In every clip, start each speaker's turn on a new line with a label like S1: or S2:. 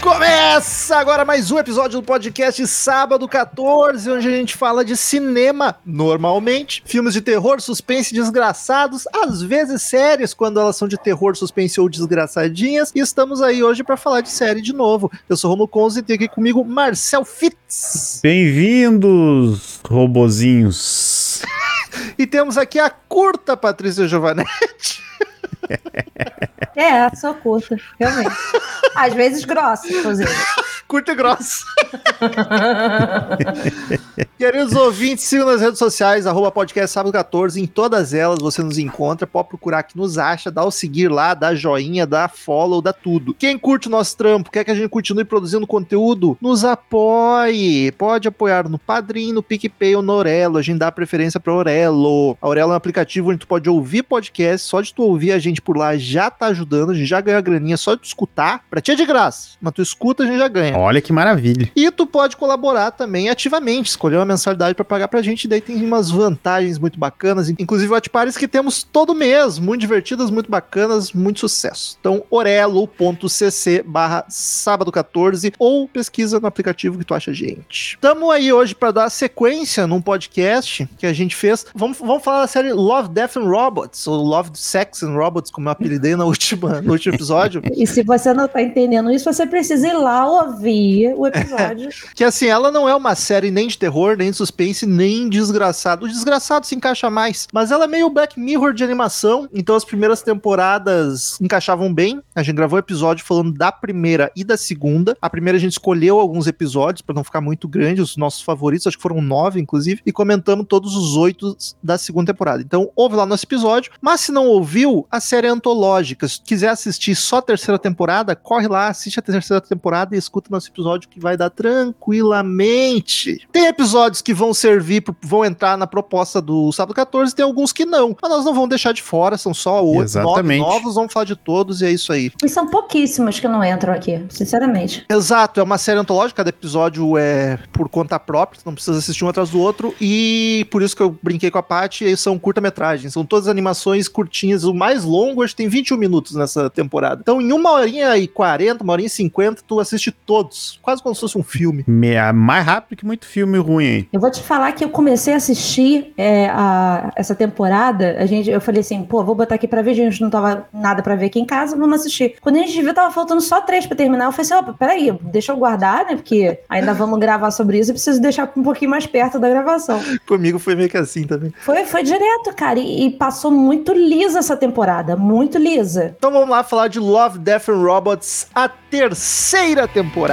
S1: Começa agora mais um episódio do podcast Sábado 14, onde a gente fala de cinema, normalmente, filmes de terror, suspense, desgraçados, às vezes séries, quando elas são de terror, suspense ou desgraçadinhas, e estamos aí hoje para falar de série de novo. Eu sou Romulo Conze e tem aqui comigo Marcel Fitz.
S2: Bem-vindos, robozinhos.
S1: E temos aqui a curta Patrícia Giovanetti.
S3: É, sou curta, realmente. Às vezes grossa, inclusive.
S1: curta e grossa. Queridos ouvintes, sigam nas redes sociais, arroba podcast sábado 14, em todas elas você nos encontra, pode procurar que nos acha, dá o seguir lá, dá joinha, dá follow, dá tudo. Quem curte o nosso trampo, quer que a gente continue produzindo conteúdo, nos apoie. Pode apoiar no Padrim, no PicPay ou no Orelo, a gente dá preferência pra Orelo. A Orelo é um aplicativo onde tu pode ouvir podcast, só de tu ouvir a gente por lá já tá ajudando, a gente já ganhou a graninha só de tu escutar, pra ti é de graça, mas tu escuta a gente já ganha.
S2: Olha que maravilha.
S1: E tu pode colaborar também ativamente, escolher uma mensalidade para pagar pra gente, daí tem umas vantagens muito bacanas, inclusive Watchpares que temos todo mês, muito divertidas, muito bacanas, muito sucesso. Então, orelo.cc barra sábado 14 ou pesquisa no aplicativo que tu acha a gente. Tamo aí hoje para dar sequência num podcast que a gente fez. Vamos, vamos falar da série Love, Death and Robots, ou Love, Sex and Robots, como eu apelidei na última, no último episódio.
S3: E se você não tá entendendo isso, você precisa ir lá ouvir o episódio.
S1: Que assim, ela não é uma série nem de terror, nem de suspense, nem desgraçado. O desgraçado se encaixa mais, mas ela é meio Black Mirror de animação, então as primeiras temporadas encaixavam bem. A gente gravou episódio falando da primeira e da segunda. A primeira a gente escolheu alguns episódios pra não ficar muito grande, os nossos favoritos, acho que foram nove, inclusive, e comentamos todos os oito da segunda temporada. Então, ouve lá nosso episódio, mas se não ouviu, a série é antológica. Se quiser assistir só a terceira temporada, corre lá, assiste a terceira temporada e escuta nosso episódio que vai dar tranquilamente. Tem episódios que vão servir, pro- vão entrar na proposta do sábado 14, tem alguns que não. Mas nós não vamos deixar de fora, são só oito, nove
S2: Exatamente.
S1: novos, vamos falar de todos e é isso aí.
S3: E são pouquíssimas que não entram aqui, sinceramente.
S1: Exato, é uma série antológica, cada episódio é por conta própria, não precisa assistir um atrás do outro, e por isso que eu brinquei com a Paty, e são curta-metragens, são todas animações curtinhas, o mais longo acho que tem 21 minutos nessa temporada. Então em uma horinha e 40, uma horinha e 50, tu assiste todos, quase como se fosse um filme.
S2: Me- é Mais rápido que muito filme ruim, hein?
S3: Eu vou te falar que eu comecei a assistir é, a- essa temporada. A gente, eu falei assim, pô, vou botar aqui pra ver. A gente não tava nada pra ver aqui em casa, vamos assistir. Quando a gente viu, tava faltando só três pra terminar. Eu falei assim, opa, peraí, deixa eu guardar, né? Porque ainda vamos gravar sobre isso e preciso deixar um pouquinho mais perto da gravação.
S1: Comigo foi meio que assim também.
S3: Foi, foi direto, cara. E, e passou muito lisa essa temporada. Muito lisa.
S1: Então vamos lá falar de Love, Death and Robots, a terceira temporada.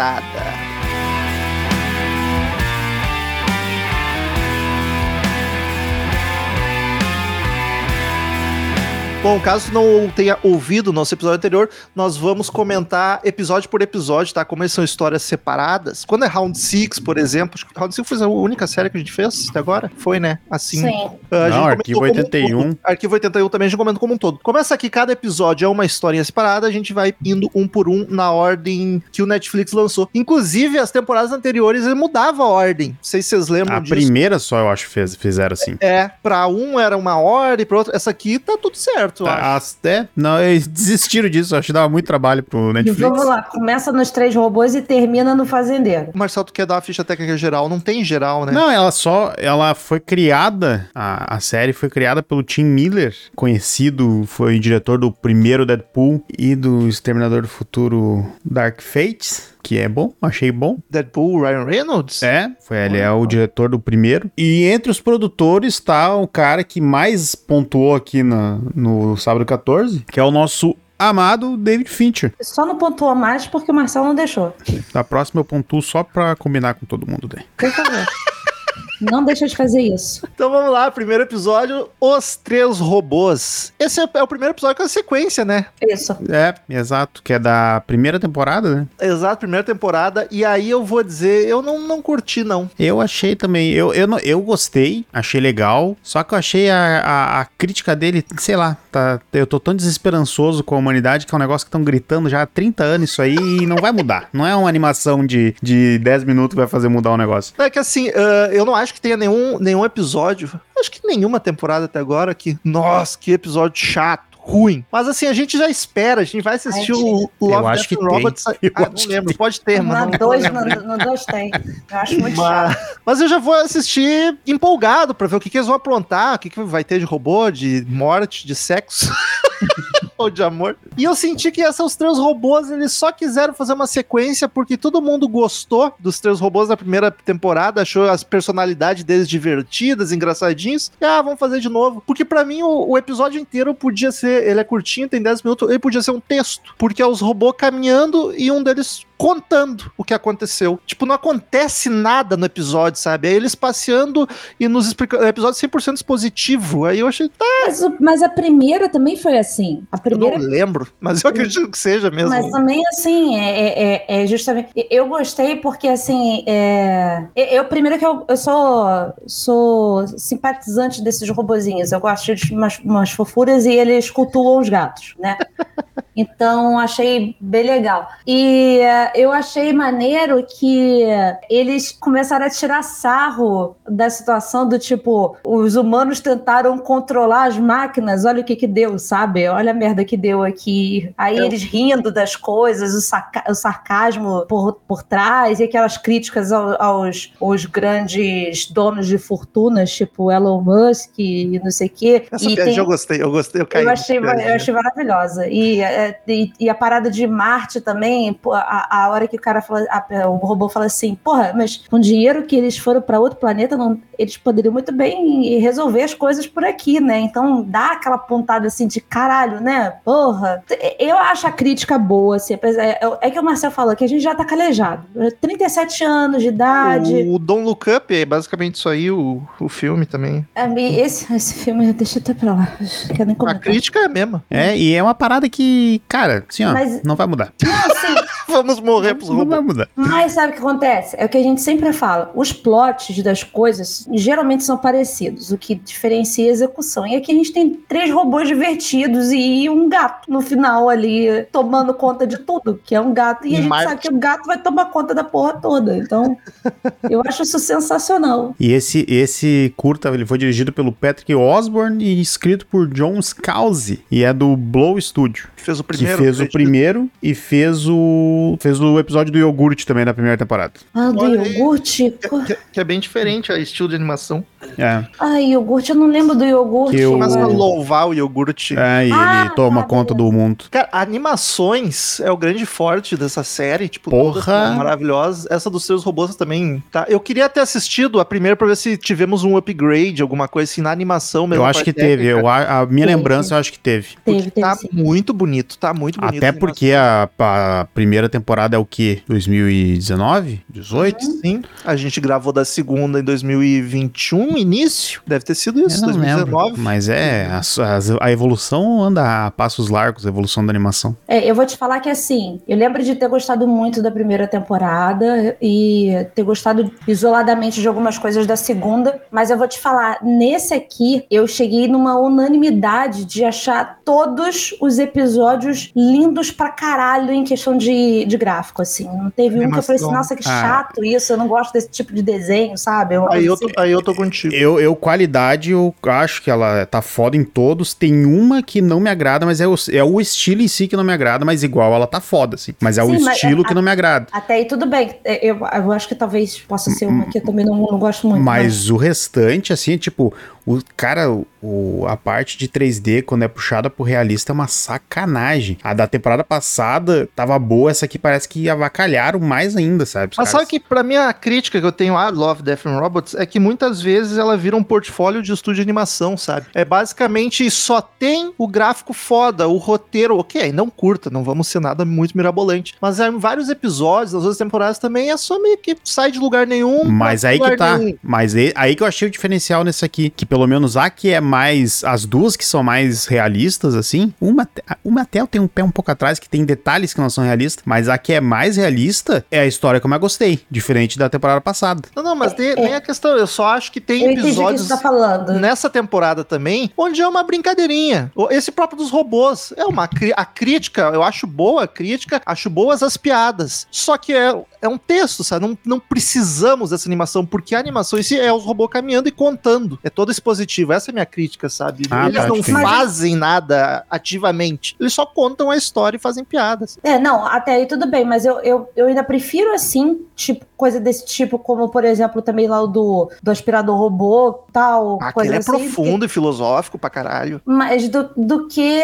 S1: Bom, caso tu não tenha ouvido o nosso episódio anterior, nós vamos comentar episódio por episódio, tá? Como eles são histórias separadas. Quando é Round 6, por exemplo, acho que Round 6 foi a única série que a gente fez até agora? Foi, né? Assim. Ah, a gente
S2: Não,
S1: comentou
S2: Arquivo
S1: como um
S2: 81.
S1: todo. Arquivo 81 também a gente comenta como um todo. Começa aqui, cada episódio é uma historinha separada, a gente vai indo um por um na ordem que o Netflix lançou. Inclusive, as temporadas anteriores ele mudava a ordem. Não sei se vocês lembram
S2: A
S1: disso.
S2: primeira só, eu acho, fez, fizeram assim.
S1: É, pra um era uma ordem, pra outro. Essa aqui tá tudo certo, eu acho.
S2: Tá, as- é, não, eles desistiram disso, acho que dava muito trabalho pro
S3: E
S2: Netflix.
S3: vamos lá, começa nos três robôs e termina no fazendeiro.
S1: Marcelo, tu quer dar uma ficha técnica geral? Não tem geral, né?
S2: Não, ela só, ela foi criada, a, a série foi criada pelo Tim Miller, conhecido, foi diretor do primeiro Deadpool e do Exterminador do Futuro Dark Fates, que é bom, achei bom.
S1: Deadpool, Ryan Reynolds?
S2: É, foi, ele é o diretor do primeiro. E entre os produtores tá o cara que mais pontuou aqui na- no sábado 14, que é o nosso amado David Fincher.
S3: Só não pontuou mais porque o Marcel não deixou.
S2: Na próxima eu pontuo só pra combinar com todo mundo, né?
S3: Por favor. Não deixa de fazer isso.
S1: Então vamos lá, primeiro episódio, Os Três Robôs. Esse é é o primeiro episódio com a sequência, né?
S3: Isso.
S2: É, exato, que é da primeira temporada, né?
S1: Exato, primeira temporada. E aí eu vou dizer, eu não, não curti, não.
S2: Eu achei também, eu, eu, não- eu gostei, achei legal, só que eu achei a, a, a crítica dele, sei lá, tá, eu tô tão desesperançoso com a humanidade que é um negócio que estão gritando já há 30 anos isso aí e não vai mudar. Não é uma animação de, de 10 minutos que vai fazer mudar o negócio.
S1: É que assim, ah, eu não acho que tenha nenhum, nenhum episódio, acho que nenhuma temporada até agora que, nossa, que episódio chato. Ruim. Mas assim, a gente já espera, a gente vai assistir o o
S2: Eu
S1: Love Death
S2: acho que
S1: and Robots.
S2: Eu
S1: Ah,
S2: acho
S1: não lembro, pode ter,
S3: Na
S1: mano.
S3: 2 na 2 tem. Eu acho muito chato.
S1: Mas, mas eu já vou assistir empolgado pra ver o que, que eles vão aprontar, o que, que vai ter de robô, de morte, de sexo. Ou de amor. E eu senti que esses três robôs, eles só quiseram fazer uma sequência porque todo mundo gostou dos três robôs da primeira temporada, achou as personalidades deles divertidas, engraçadinhos. E, ah, vamos fazer de novo. Porque pra mim o, o episódio inteiro podia ser, ele é curtinho, tem 10 minutos, ele podia ser um texto, porque é os robôs caminhando e um deles contando o que aconteceu. Tipo, não acontece nada no episódio, sabe? É eles passeando e nos explicando. É um episódio 100% positivo. Aí eu achei, tá,
S3: Mas, o- mas a primeira também foi assim. A
S1: eu não
S3: primeira
S1: lembro, mas eu acredito que seja mesmo.
S3: Mas também, assim, é, é- é- é justamente. Eu gostei porque, assim, é... eu primeiro que eu, eu sou, sou simpatizante desses robozinhos. Eu gosto de umas, umas fofuras e eles cultuam os gatos, né? Então, achei bem legal. E eh, eu achei maneiro que eles começaram a tirar sarro da situação do tipo, os humanos tentaram controlar as máquinas, olha o que que deu, sabe? Olha a merda que deu aqui. Aí eles rindo das coisas, o, saca- o sarcasmo por, por trás, e aquelas críticas ao- aos, aos grandes donos de fortunas, tipo Elon Musk e não sei o quê.
S1: Essa
S3: e
S1: piadinha
S3: tem-
S1: eu gostei, eu gostei, eu caí.
S3: eu
S1: nessa
S3: achei,
S1: piadinha.
S3: eu achei maravilhosa. E, é, e, e a parada de Marte também, pô, a, a hora que o cara fala, a- o robô fala assim, porra, mas com o dinheiro que eles foram para outro planeta, não- eles poderiam muito bem resolver as coisas por aqui, né? Então dá aquela pontada assim de caralho, né? Porra. Eu acho a crítica boa, assim, apesar- é, é que o Marcel falou que a gente já tá calejado. 37 anos de idade.
S1: O Don't Look Up é basicamente isso aí, o, o filme também.
S3: É, e Esse, esse filme, deixa eu até pra lá. Não quero nem
S1: A
S3: comentar.
S1: crítica é a mesma.
S2: É, e é uma parada que, cara, assim, ó,
S3: Mas-
S2: não vai mudar.
S3: Não, assim,
S1: Vamos morrer pros
S2: Não vai
S1: robôs.
S2: mudar.
S3: Mas sabe o que acontece? É o que a gente sempre fala. Os plots das coisas geralmente são parecidos, o que diferencia é a execução. E aqui a gente tem três robôs divertidos e um gato no final ali, tomando conta de tudo, que é um gato. E a gente
S1: Mas-
S3: sabe que o gato vai tomar conta da porra toda. Então, eu acho isso sensacional.
S2: E esse, esse curta, ele foi dirigido pelo Patrick Osborne e escrito por John Scalzi. E é do Blow Studio,
S1: Que é fez o
S2: que
S1: primeiro.
S2: fez o
S1: acredito.
S2: primeiro e fez o fez o episódio do iogurte também da primeira temporada.
S3: Ah, do
S1: Olha aí.
S3: iogurte.
S1: Que, que é bem diferente o estilo de animação.
S2: É.
S3: Ai, iogurte, eu não lembro do iogurte.
S2: Eu-
S1: Começa a louvar o iogurte.
S2: É, e
S3: Ah,
S2: ele toma
S3: tá,
S2: conta do mundo.
S1: Cara, animações é o grande forte dessa série, tipo,
S2: Porra!
S1: todas são maravilhosas. Essa dos seus robôs também, tá? Eu queria ter assistido a primeira pra ver se tivemos um upgrade, alguma coisa assim, na animação mesmo.
S2: Eu acho que teve, eu, a, a minha
S3: Teve.
S2: lembrança eu acho que teve.
S3: Teve, teve
S1: Tá
S3: sim.
S1: muito bonito, tá muito bonito.
S2: Até porque a, a primeira temporada é o quê? 2019? 18?
S1: Sim, a gente gravou da segunda em 2021, início. Deve ter sido
S2: Eu
S1: isso,
S2: não lembro,
S1: 2019.
S2: mas é, a, a- a evolução anda a passos largos, a evolução da animação.
S3: É, eu vou te falar que assim, eu lembro de ter gostado muito da primeira temporada e ter gostado isoladamente de algumas coisas da segunda, mas eu vou te falar, nesse aqui eu cheguei numa unanimidade de achar todos os episódios lindos pra caralho em questão de, de gráfico, assim. Não teve um que eu falei assim,
S1: Animação.
S3: nossa, que
S2: Ah.
S3: chato isso, eu não gosto desse tipo de desenho, sabe? Eu- assim,
S1: Aí eu, tô, aí eu tô
S3: Tipo-
S1: contigo.
S2: Eu, eu, qualidade, eu acho que ela tá foda em todos. Tem uma que não me agrada, mas é o, é o estilo em si que não me agrada, mas igual ela tá foda, assim. Mas é o
S3: Sim, mas
S2: estilo
S3: a-
S2: que não me agrada.
S3: Até aí tudo bem. É, Eu, eu acho que talvez possa ser
S1: Hum,
S3: uma que eu também não, não gosto muito.
S2: Mas o restante, assim, é tipo, o cara, o, a parte de 3D, quando é puxada pro realista, é uma sacanagem. A da temporada passada tava boa, essa aqui parece que avacalharam mais ainda, sabe? Os
S1: Mas sabe
S2: caras-
S1: que pra mim a crítica que eu tenho a Love, Death and Robots é que muitas vezes ela vira um portfólio de estúdio de animação, sabe? É basicamente só tem o gráfico foda, o roteiro, ok, não curta, não vamos ser nada muito mirabolante. Mas em vários episódios, nas outras temporadas também, é só meio que sai de lugar nenhum.
S2: Mas
S1: pra
S2: aí que
S1: lugar
S2: tá.
S1: nenhum.
S2: Mas e- aí que eu achei o diferencial nessa aqui. Que pelo menos a que é mais. As duas que são mais realistas, assim. Uma, te- a- uma até eu tenho um pé um pouco atrás, que tem detalhes que não são realistas. Mas a que é mais realista é a história que eu mais gostei. Diferente da temporada passada.
S1: Não, não, mas tem, tem a questão, eu só acho que tem
S3: Eu entendi o que
S1: episódios.
S3: você tá falando.
S2: Uhum.
S1: nessa temporada também, onde é uma brincadeirinha. O- Esse próprio dos robôs é uma cri- a crítica, eu acho boa a crítica, acho boas as piadas. Só que é, é um texto, sabe? Não, não precisamos dessa animação, porque a animação em si é os robôs caminhando e contando. É todo expositivo, essa é a minha crítica, sabe?
S2: Ah,
S1: Eles
S2: tá,
S1: não
S2: entendi.
S3: é
S1: fazem nada ativamente. Eles só contam a história e fazem piadas.
S3: É, não, até aí tudo bem, mas eu, eu, eu ainda prefiro assim, tipo, coisa desse tipo, como, por exemplo, também lá o do, do aspirador robô, tal,
S1: Aquele
S3: coisa
S1: é
S3: assim.
S1: profundo e filosófico pra caralho.
S3: Mas do, do que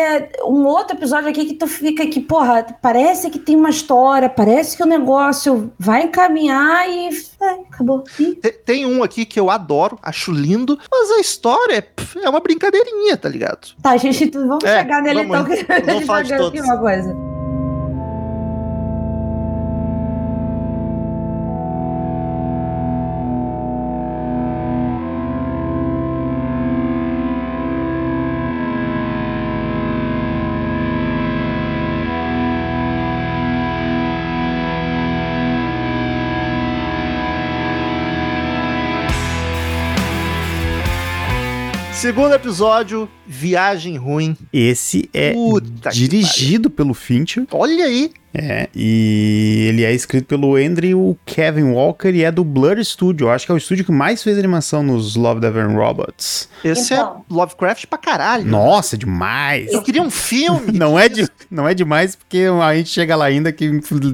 S3: um outro episódio aqui que tu fica que, porra, parece que tem uma história, parece que o negócio vai encaminhar e. É, acabou. Ih,
S1: Te- Tem um aqui que eu adoro, acho lindo, mas a história é, pff, é uma brincadeirinha, tá ligado?
S3: Tá, gente, tu- vamos
S1: É,
S3: chegar nele
S1: vamos,
S3: então, que a
S1: falar
S3: gente vai
S1: de
S3: ver aqui
S1: todos.
S3: uma coisa.
S1: Segundo episódio, Viagem Ruim.
S2: Esse é
S1: Puta que
S2: dirigido pelo Fincher.
S1: Olha aí.
S2: É. E ele é escrito pelo Andrew Kevin Walker e é do Blur Studio. Eu acho que é o estúdio que mais fez animação nos Love, Death and Robots.
S1: Esse
S3: Então.
S1: é Lovecraft pra caralho.
S2: Nossa, demais!
S1: Eu queria um filme.
S2: Não é, de, não é demais, porque a gente chega lá ainda que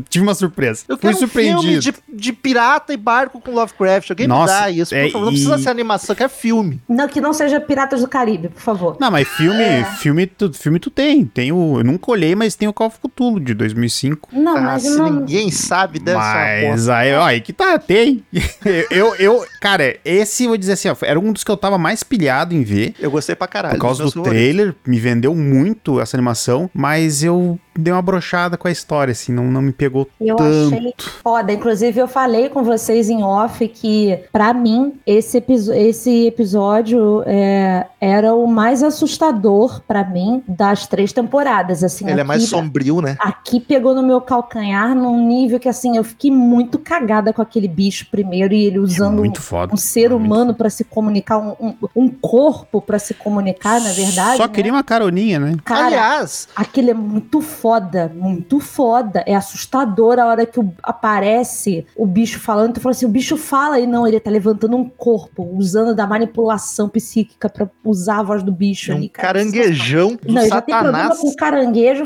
S2: tive uma surpresa.
S1: Eu
S2: Fui
S1: quero um filme
S2: surpreendido.
S1: de, de pirata e barco com Lovecraft. Alguém
S2: Nossa,
S1: me dá isso, por
S2: é,
S1: favor. Não
S2: e-
S1: precisa ser animação, eu quero filme.
S3: Não, que não seja Piratas do Caribe, por favor.
S2: Não, mas filme,
S1: É.
S2: filme, tu, filme tu tem. tem o, eu nunca olhei, mas tem o Call of Cthulhu de 2005.
S3: Não,
S1: Ah,
S3: mas
S1: se
S3: não.
S1: ninguém sabe dessa porra.
S2: Mas aí, ó, aí que tá, tem. Eu, eu, eu- cara, esse, vou dizer assim, ó, era um dos que eu tava mais pilhado em ver.
S1: Eu gostei pra caralho.
S2: Por causa
S1: Meus
S2: do
S1: favoritos.
S2: trailer, me vendeu muito essa animação, mas eu dei uma brochada com a história, assim, não, não me pegou
S3: Eu
S1: tá
S2: tanto.
S3: achei foda. Inclusive, eu falei com vocês em off que, pra mim, esse, episo- esse episódio é, era o mais assustador pra mim das três temporadas. Assim,
S1: Ele é mais
S3: aqui-
S1: sombrio, né?
S3: Aqui pegou no meu calcanhar num nível que, assim, eu fiquei muito cagada com aquele bicho primeiro e ele usando um,
S2: Muito foda.
S3: um ser
S2: muito
S3: humano pra se comunicar, um, um- um corpo pra se comunicar, na verdade.
S2: Só
S3: né?
S2: queria uma caroninha, né?
S3: Cara,
S1: Aliás,
S3: Aquilo é muito foda, muito foda. É assustador a hora que o- aparece o bicho falando. Tu fala assim, o bicho fala e não, ele tá levantando um corpo, usando da manipulação psíquica pra usar a voz do bicho
S1: é um
S3: ali. cara.
S1: caranguejão do
S3: Não, eu já tem problema
S1: satanás.
S3: com caranguejo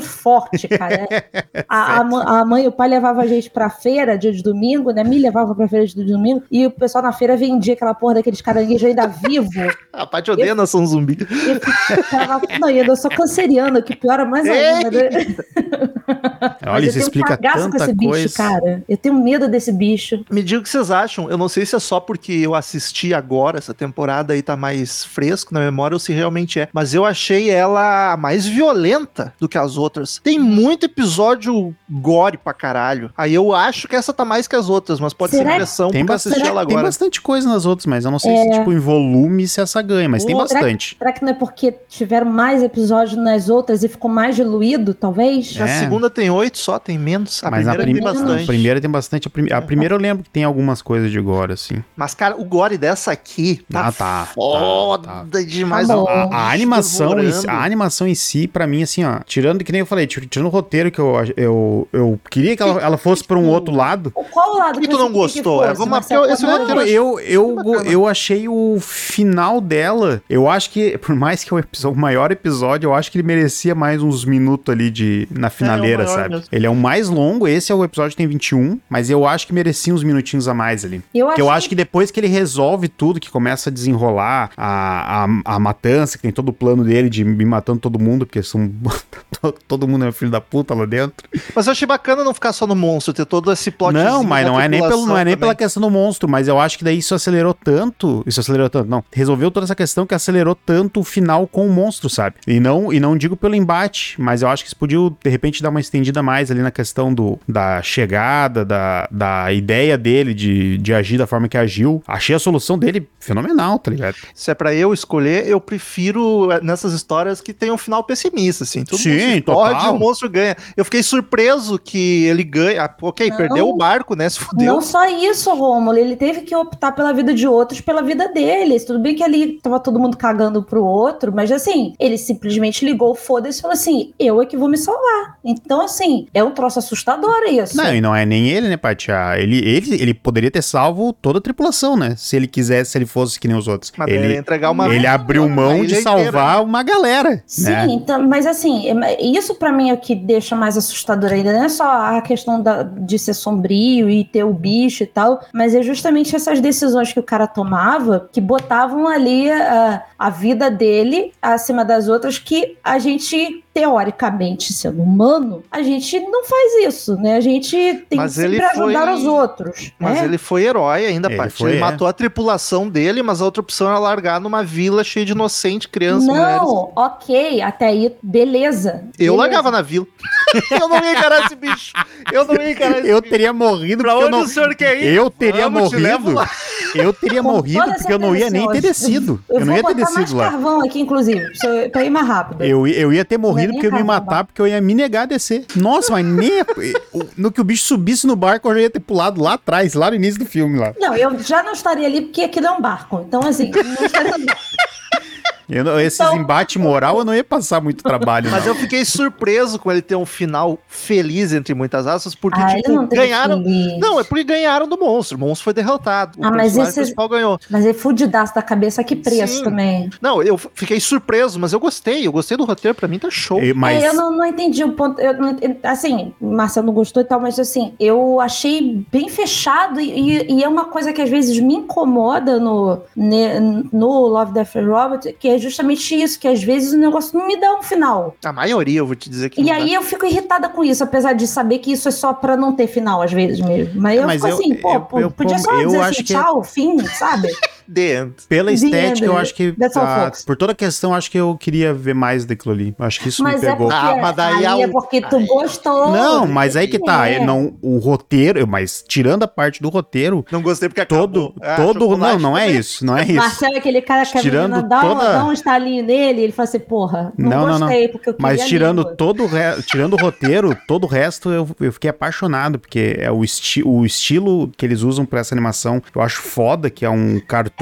S3: forte, cara. É. A, a ma- a mãe e o pai levavam a gente pra feira dia de domingo, né? Me levava pra feira de domingo e o pessoal na feira vendia aquela porra daqueles caranguejos ainda vivo.
S1: A Paty odeia nação um zumbi.
S3: E eu ficava, não, e eu sou canceriana, que piora mais ainda. né? Mas
S2: Olha, isso
S3: eu tenho
S2: explica
S3: cagaço com
S2: tanta
S3: esse bicho,
S2: coisa.
S3: cara. Eu tenho medo desse bicho.
S1: Me diga o que vocês acham. Eu não sei se é só porque eu assisti agora, essa temporada aí tá mais fresco na memória, ou se realmente é. Mas eu achei ela mais violenta do que as outras. Tem muito episódio gore pra caralho. Aí eu acho que essa tá mais que as outras, mas pode
S3: Será
S1: ser
S3: que-
S1: impressão
S2: Tem
S1: porque eu
S2: bastante,
S1: assisti ela
S2: tem
S1: agora.
S2: bastante coisa nas outras, mas eu não sei se, tipo, em volume se essa ganha, mas tem
S1: Pô,
S2: bastante.
S3: É. Será que não é porque tiveram mais episódios nas outras e ficou mais diluído, talvez?
S2: É.
S1: A segunda tem oito só, tem menos. A
S2: mas
S1: primeira
S2: prim-
S1: tem bastante.
S2: A primeira tem bastante. A, prim-
S3: É.
S2: a primeira eu lembro que tem algumas coisas de gore, assim.
S1: Mas, cara, o gore dessa aqui tá,
S2: Ah, tá, tá,
S1: foda demais.
S3: Tá bom.
S1: O
S2: A-
S1: bicho
S2: A, animação em, si-
S1: devorando.
S2: a animação em si, pra mim, assim, ó. Tirando, que nem eu falei, tir- tirando o roteiro que eu, ach- eu, eu queria que ela, ela fosse pra um outro lado.
S3: Qual o lado
S1: que tu
S3: você
S1: não
S3: queria
S1: gostou?
S3: fosse,
S1: É, vamos lá,
S3: Marcelo?
S1: porque esse
S3: Qual
S1: roteiro
S3: não
S1: achei
S2: Eu, eu,
S1: bacana.
S2: eu achei o final dela. Eu acho que, por mais que é o, episo- o maior episódio, eu acho que ele merecia mais uns minutos ali de, na finaleira,
S1: maior
S2: sabe?
S1: mesmo.
S2: Ele é o mais longo, esse é o episódio que tem 21, mas eu acho que merecia uns minutinhos a mais ali.
S3: Eu
S2: Porque eu
S3: achei-
S2: acho que depois que ele resolve tudo, que começa a desenrolar a, a, a matança, que tem todo o plano dele de me matando todo mundo, porque são, to- todo mundo é filho da puta lá dentro.
S1: Mas eu achei bacana não ficar só no monstro, ter todo esse plot.
S2: Não, mas não é nem, pelo, não é nem pela questão do monstro, mas eu acho que daí isso acelerou tanto. Isso acelerou tanto, não. Resolveu toda essa questão que acelerou tanto o final com o monstro, sabe? E não, e não digo pelo embate, mas eu acho que isso podia, de repente, dar uma estendida mais ali na questão do, da chegada, da, da ideia dele de, de agir da forma que agiu. Achei a solução dele fenomenal, tá ligado?
S1: Se é pra eu escolher, eu prefiro eh, nessas histórias que tem um final pessimista, assim. Todo
S2: Sim,
S1: mundo se
S2: total.
S1: fode, o monstro ganha. Eu fiquei surpreso que ele ganha. Ah, ok,
S3: Não.
S1: perdeu o barco, né? Se fudeu.
S3: Não só isso, Rômulo, ele teve que optar pela vida de outros, pela vida deles. Tudo bem que ali tava todo mundo cagando pro outro, mas assim, ele simplesmente ligou, foda-se, e falou assim: eu é que vou me salvar. Então, assim, é um troço assustador isso.
S2: Não, e não é nem ele, né, Patia? Ele, ele, ele poderia ter salvo toda a tripulação, né? Se ele quisesse, se ele fosse que nem os outros.
S1: Mas é, ele
S2: Ele,
S1: ia entregar uma.
S2: ele abriu mão
S1: Ele
S2: de
S1: é
S2: salvar uma galera.
S3: Sim,
S2: né?
S3: então, mas assim, é- isso pra mim é o que deixa mais assustador ainda. Não é só a questão da- de ser sombrio e ter o bicho e tal, mas é justamente essas decisões que o cara tomava que botavam ali ah, a vida dele acima das outras que a gente, teoricamente, sendo humano, a gente não faz isso, né? A gente tem
S1: Mas
S3: que sempre
S1: ele foi-
S3: ajudar os outros.
S1: Mas
S3: né?
S1: ele é foi herói ainda,
S2: Ele
S1: Paty.
S2: foi,
S1: Ele
S2: é.
S1: matou a tripulação dele, mas a outra opção era largar numa vila cheia de inocente, crianças, mulheres.
S3: Não, ok, até aí, beleza.
S1: Eu
S3: beleza.
S1: largava na vila. eu não ia encarar esse bicho. Eu não ia encarar esse
S2: Eu
S1: bicho.
S2: teria morrido
S1: Pra
S2: porque eu
S1: onde
S2: não.
S1: o senhor quer ir?
S2: Eu teria
S1: Vamos, te levo
S2: morrido.
S1: lá.
S2: Eu teria
S3: Com
S2: morrido
S3: toda
S2: porque eu não
S3: certeza,
S2: ia nem ter
S3: senhores.
S2: descido.
S3: Eu,
S2: Eu não ia
S3: vou
S2: ter
S3: botar mais
S2: descido lá.
S3: carvão aqui, inclusive, pra eu- pra ir mais rápido.
S2: Eu, eu ia ter morrido
S3: Não é
S2: porque eu ia me
S3: nem
S2: matar, porque eu ia me negar a descer. Nossa, mas nem. No que o bicho subisse no barco, eu já ia ter pulado lá atrás, lá no início do filme lá.
S3: Não, eu já não estaria ali porque aquilo é um barco. Então, assim, não estaria ali.
S2: Eu não- esses
S3: Então-
S2: embate moral eu não ia passar muito trabalho.
S1: Mas
S2: não.
S1: eu fiquei surpreso com ele ter um final feliz, entre muitas aspas, porque,
S3: Ah,
S1: tipo,
S3: ele não teve
S1: ganharam.
S3: feliz.
S1: Não, é porque ganharam do monstro. O monstro foi derrotado. O
S3: Ah, mas
S1: personagem
S3: esse-
S1: principal ganhou.
S3: Mas é fudidaço da cabeça, que preço
S1: Sim.
S3: também.
S1: Não, eu f- fiquei surpreso, mas eu gostei. Eu gostei do roteiro, pra mim tá show.
S2: E- mas
S3: É, eu não, não entendi o ponto. eu não ent- assim, o Marcelo não gostou e tal, mas assim, eu achei bem fechado e, e- e é uma coisa que às vezes me incomoda no, ne- no Love, Death and Robert, que é justamente isso, que às vezes o negócio não me dá um final.
S1: A maioria, eu vou te dizer que.
S3: E
S1: não
S3: aí eu fico irritada com isso, apesar de saber que isso é só pra não ter final, às vezes mesmo. Mas eu
S2: É, Mas
S3: fico
S2: eu-
S3: assim, pô,
S2: eu-
S3: pô,
S2: eu-
S3: podia só
S2: eu
S3: dizer
S2: acho
S3: assim,
S2: que- é
S3: tchau, fim, sabe?
S1: é The end.
S2: pela
S3: Sim,
S2: estética, eu
S3: André.
S2: acho que.
S3: That's all,
S2: ah,
S3: folks.
S2: por toda a questão, acho que eu queria ver mais daquilo ali. Acho que isso
S3: Mas
S2: me
S3: é
S2: pegou.
S3: porque,
S1: Ah, mas daí
S3: aí
S1: é
S3: é
S1: o-
S3: porque tu gostou.
S2: Não, mas aí que tá.
S3: É.
S2: é não, o roteiro, mas tirando a parte do roteiro,
S1: Não gostei porque
S2: todo.
S1: acabou. Ah,
S2: todo não,
S1: chocolate
S2: não é
S1: também.
S2: isso. Não é isso.
S3: Marcelo é aquele cara que a
S2: Tirando
S3: menina dá, um,
S2: toda-
S3: dá um estalinho nele e ele fala assim, porra, não,
S2: Não, não, não.
S3: gostei, porque eu queria
S2: Mas tirando
S3: língua.
S2: todo o re- tirando o roteiro, todo o resto eu, eu fiquei apaixonado, porque é o, esti o estilo que eles usam pra essa animação, eu acho foda, que é um cartoon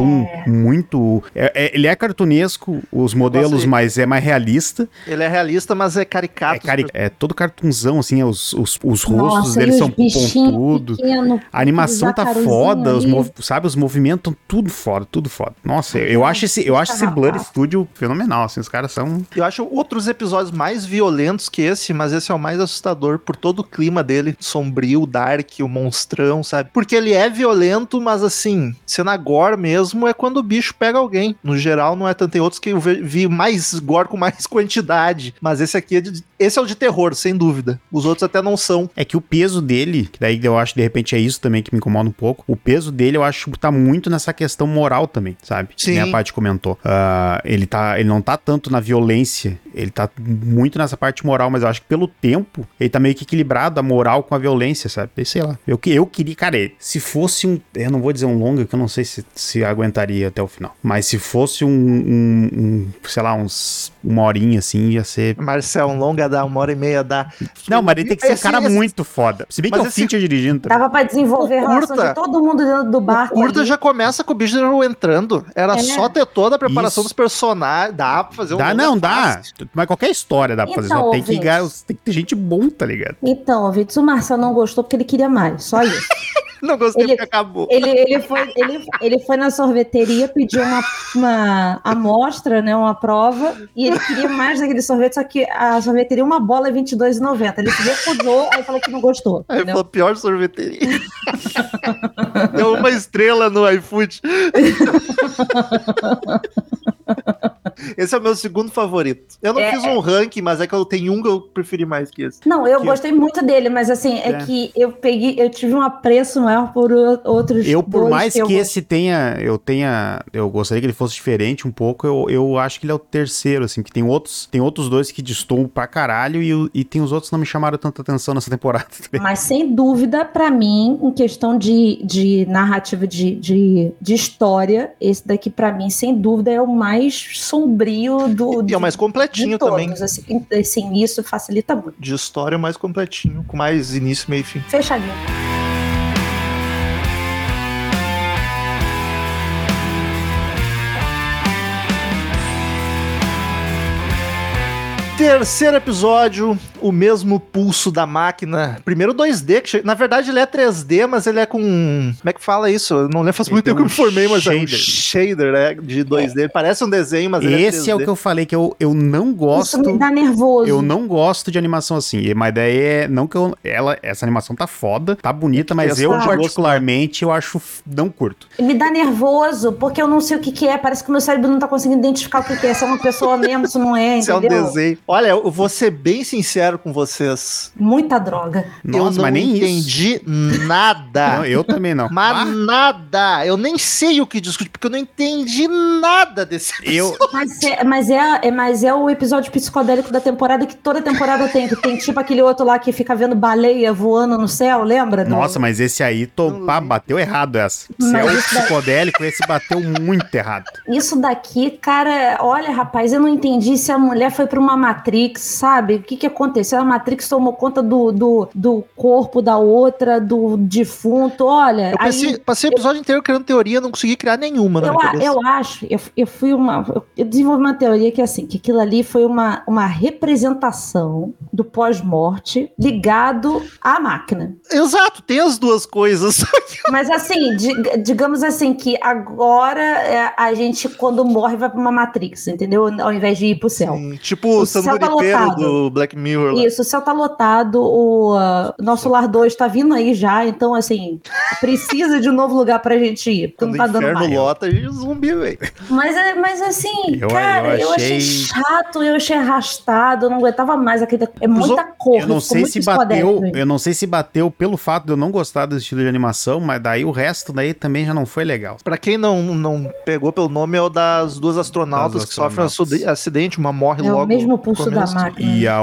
S2: muito. é- é- ele é cartunesco, os modelos,
S1: dele.
S2: mas é mais realista.
S1: Ele é realista, mas é caricato.
S2: É, cari- é todo cartunzão, assim, é os, os, os rostos
S3: Nossa,
S2: deles
S3: e
S2: são
S3: os bichinhos
S2: pontudos.
S3: pequenos,
S2: A animação tá
S3: jacarezinho
S2: foda, os
S3: ali.
S2: mov- sabe, os movimentos tão tudo foda, tudo foda. Nossa, eu, eu acho esse, eu acho esse Blur Studio fenomenal, assim, os caras são...
S1: Eu acho outros episódios mais violentos que esse, mas esse é o mais assustador por todo o clima dele, sombrio, dark, o monstrão, sabe? Porque ele é violento, mas assim, cena gore mesmo é quando o bicho pega alguém. No geral, não é tanto. Tem outros que eu ve- vi mais gore com mais quantidade, mas esse aqui é de- esse é o de terror, sem dúvida. Os outros até não são.
S2: É que o peso dele, que daí eu acho que de repente é isso também que me incomoda um pouco, o peso dele eu acho que tá muito nessa questão moral também, sabe? Que nem
S1: Sim.
S2: a Paty comentou. Ah, ele, tá, ele não tá tanto na violência, ele tá muito nessa parte moral, mas eu acho que pelo tempo ele tá meio que equilibrado a moral com a violência, sabe? E sei lá. Eu, que- eu queria, cara, se fosse um. Eu não vou dizer um longa, que eu não sei se, se aguentaria até o final. Mas se fosse um. um- um, sei lá, uns. Uma horinha assim, ia ser.
S1: Marcel, um longa dá, uma hora e meia dá.
S2: Não, mas ele tem que ser um
S1: Esse-
S2: cara
S1: esse-
S2: muito foda. Se bem que
S1: Mas
S2: é o
S1: esse-
S2: Cintia dirigindo também.
S3: Dava pra desenvolver
S1: O
S3: a relação
S1: curta-
S3: de todo mundo dentro do
S1: O
S3: barco.
S1: curta
S3: ali.
S1: já começa com o bicho entrando. Era
S3: É.
S1: só ter toda a preparação
S2: Isso.
S1: dos personagens. Dá pra fazer um
S2: Dá,
S1: longa
S2: não, dá.
S1: fácil.
S2: Mas qualquer história dá pra fazer.
S3: Então,
S2: Só tem que,
S3: ouvintes.
S2: gar- tem que ter gente bom, tá ligado?
S3: Então, Vitor, o Marcel não gostou porque ele queria mais, só isso.
S1: Não gostei
S3: Ele-
S1: porque acabou.
S3: Ele, ele, foi, ele, ele foi na sorveteria, pediu uma, uma amostra, né, uma prova, e ele queria mais daquele sorvete, só que a sorveteria, uma bola é R$22,90. Ele se recusou, aí falou que não gostou.
S1: Aí
S3: entendeu?
S1: falou, pior sorveteria. Deu uma estrela no iFood. Esse é o meu segundo favorito. Eu não
S3: É,
S1: fiz
S3: é.
S1: um ranking, mas é que eu tenho um que eu preferi mais que esse.
S3: Não, eu
S1: Que-
S3: gostei muito dele, mas assim, é,
S2: É.
S3: que eu peguei, eu tive um apreço maior por o- outros.
S2: Eu, por
S3: dois
S2: mais que
S3: eu
S2: esse tenha, eu tenha, eu gostaria que ele fosse diferente um pouco, eu, eu acho que ele é o terceiro, assim, que tem outros, tem outros dois que destoam pra caralho e, o- e tem os outros que não me chamaram tanta atenção nessa temporada.
S3: Mas sem dúvida, pra mim, em questão de, de narrativa de, de, de história, esse daqui, pra mim, sem dúvida, é o mais sombrio do.
S1: E
S3: de-
S1: é o mais
S3: de
S1: completinho
S3: todos,
S1: também.
S3: Assim, assim, isso facilita muito.
S1: De história, é o mais completinho. Com mais início, meio e fim.
S3: Fechadinho.
S1: Terceiro episódio, o mesmo pulso da máquina. Primeiro 2D, que che- na verdade ele é 3D, mas ele é com. Como é que fala isso? Eu não lembro, faz
S2: Ele
S1: muito
S2: tem
S1: tempo que eu
S2: um
S1: me formei, mas é um
S2: shader.
S1: shader né, de 2D. Parece um desenho, mas ele
S2: Esse é o
S1: 3D.
S2: que eu falei que eu, eu não
S3: Isso me
S2: gosto.
S3: dá nervoso.
S2: Eu não gosto de animação assim. E Uma ideia é não que eu, ela, essa animação tá foda, tá bonita, mas
S1: tem
S2: eu
S1: essa gosto, né?
S2: particularmente eu acho f- não curto.
S3: Me dá nervoso, porque eu não sei o que, que é. Parece que o meu cérebro não tá conseguindo identificar o que, que é. Se é uma pessoa mesmo, se não é,
S1: Esse é um
S3: entendeu?
S1: desenho. Olha, eu vou ser bem sincero com vocês.
S3: Muita droga.
S1: eu
S2: Nossa,
S1: não
S2: mas nem isso.
S1: entendi nada.
S2: Não, eu também não.
S1: Mas
S2: Ah,
S1: nada. Eu nem sei o que discute, porque eu não entendi nada desse
S2: eu,
S3: Mas é, mas, é, é- mas é o episódio psicodélico da temporada que toda temporada tem. Que tem tipo aquele outro lá que fica vendo baleia voando no céu, lembra? Do-
S2: Nossa, mas esse aí tô, pá, bateu errado essa. Se é o
S3: Mas-
S2: psicodélico, esse bateu muito errado.
S3: Isso daqui, cara, olha, rapaz, eu não entendi se a mulher foi pra uma Matrix, sabe? O que, que aconteceu? A Matrix tomou conta do, do, do corpo da outra, do defunto, olha.
S1: Eu
S3: aí-
S1: pensei- passei o episódio inteiro criando teoria, não consegui criar nenhuma na
S3: Eu,
S1: minha
S3: a-
S1: cabeça.
S3: eu acho, eu, eu fui uma. eu- Eu desenvolvi uma teoria que é assim, que aquilo ali foi uma, uma representação do pós-morte ligado à máquina.
S1: Exato, tem as duas coisas.
S3: Mas assim, di- digamos assim, que agora é, a gente, quando morre, vai pra uma Matrix, entendeu? Ao invés de ir pro céu.
S1: Sim, tipo o
S3: O céu tá
S1: Sanduripeiro
S3: lotado.
S1: do Black Mirror. lá.
S3: Isso, o céu tá lotado, o ah, nosso lar 2 tá vindo aí já, então assim, precisa de um novo lugar pra gente ir, porque
S1: Quando
S3: não tá
S1: o
S3: dando
S1: inferno
S3: mais.
S1: lota, e zumbi, velho.
S3: Mas, é- mas assim,
S2: Eu-
S3: cara,
S2: eu
S3: eu achei...
S2: achei-
S3: chato, eu achei arrastado, eu não aguentava mais aquele. É muita cor.
S2: Eu
S3: ficou
S2: não sei
S3: muito
S2: se bateu,
S3: psicodélico.
S2: eu não sei se bateu pelo fato de eu não gostar do estilo de animação, mas daí o resto daí também já não foi legal.
S1: Pra quem não, não pegou pelo nome, é o das duas astronautas
S2: Das
S1: que sofrem um
S2: astronautas.
S1: acu- acidente, uma morre
S3: É
S1: logo.
S3: o mesmo
S1: no
S3: pulso da
S1: começo.
S3: máquina.
S2: E a